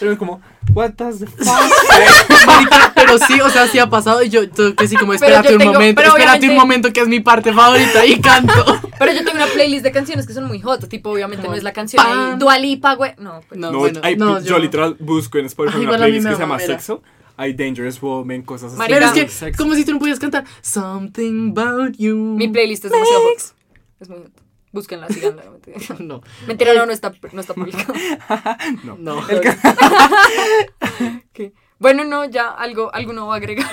Speaker 3: el man como, what does the fuck?
Speaker 2: Marica, pero sí, o sea, sí ha pasado. Y yo tengo que sí, como,
Speaker 4: Pero
Speaker 2: espérate
Speaker 4: yo
Speaker 2: un
Speaker 4: tengo-
Speaker 2: momento,
Speaker 4: pero
Speaker 2: espérate un
Speaker 4: obviamente-
Speaker 2: momento, que es mi parte favorita. Y canto.
Speaker 4: Pero yo tengo una playlist de canciones que son muy hot. Tipo, obviamente
Speaker 2: Como
Speaker 4: no es la canción.
Speaker 2: pan.
Speaker 4: ahí, Dua Lipa, güey. No, pues.
Speaker 2: No,
Speaker 3: No,
Speaker 2: bueno,
Speaker 3: hay-
Speaker 2: no,
Speaker 3: yo, literal busco en Spotify
Speaker 2: Ay,
Speaker 3: una
Speaker 2: igual a mí
Speaker 3: playlist
Speaker 2: me
Speaker 3: que se
Speaker 2: da
Speaker 3: llama
Speaker 2: mamera.
Speaker 3: Sexo. Hay Dangerous Woman, cosas así.
Speaker 2: Pero
Speaker 4: Marica.
Speaker 2: es que,
Speaker 3: Sexo.
Speaker 2: como si tú no pudieras cantar. Something about you.
Speaker 4: Mi playlist es demasiado hot. Es muy hot. Búsquenla, síganla. no, Mentira,
Speaker 2: No,
Speaker 4: Mentira, no, no está, no está pública.
Speaker 2: no.
Speaker 4: Ok. Bueno, no, ya algo, algo no va a agregar.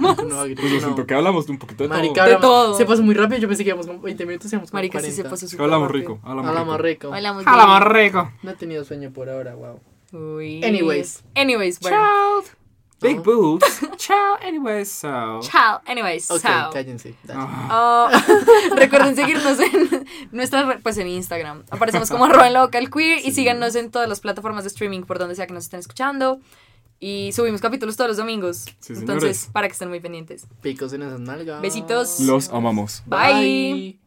Speaker 2: no,
Speaker 3: Pues lo siento, que hablamos de un poquito de
Speaker 2: Marica,
Speaker 3: todo.
Speaker 2: hablamos-
Speaker 4: todo.
Speaker 2: se pasó muy rápido. Yo pensé que íbamos como 20 minutos, íbamos como
Speaker 4: Marica, sí se
Speaker 2: 40.
Speaker 4: pasó
Speaker 3: Es
Speaker 4: súper
Speaker 3: que hablamos
Speaker 4: rápido.
Speaker 3: rico, hablamos,
Speaker 2: Hablamos
Speaker 3: rico.
Speaker 2: rico.
Speaker 4: Hablamos
Speaker 5: Jalamos
Speaker 4: bien.
Speaker 5: rico.
Speaker 2: No he tenido sueño por ahora, wow.
Speaker 4: Uy.
Speaker 2: Anyways.
Speaker 4: Anyways, bueno.
Speaker 5: Big boobs. Ciao, anyway, so.
Speaker 4: Chao. Anyways,
Speaker 2: Ok,
Speaker 4: chao.
Speaker 2: cállense. dale.
Speaker 5: Ah,
Speaker 4: Oh, recuerden seguirnos en nuestra red, pues en Instagram. Aparecemos como arroba en la boca del queer y síganos en todas las plataformas de streaming por donde sea que nos estén escuchando. Y subimos capítulos todos los domingos.
Speaker 3: Sí,
Speaker 4: Entonces,
Speaker 3: señores.
Speaker 4: para que estén muy pendientes.
Speaker 2: Picos en esas nalgas.
Speaker 4: Besitos.
Speaker 3: Los amamos.
Speaker 4: Bye.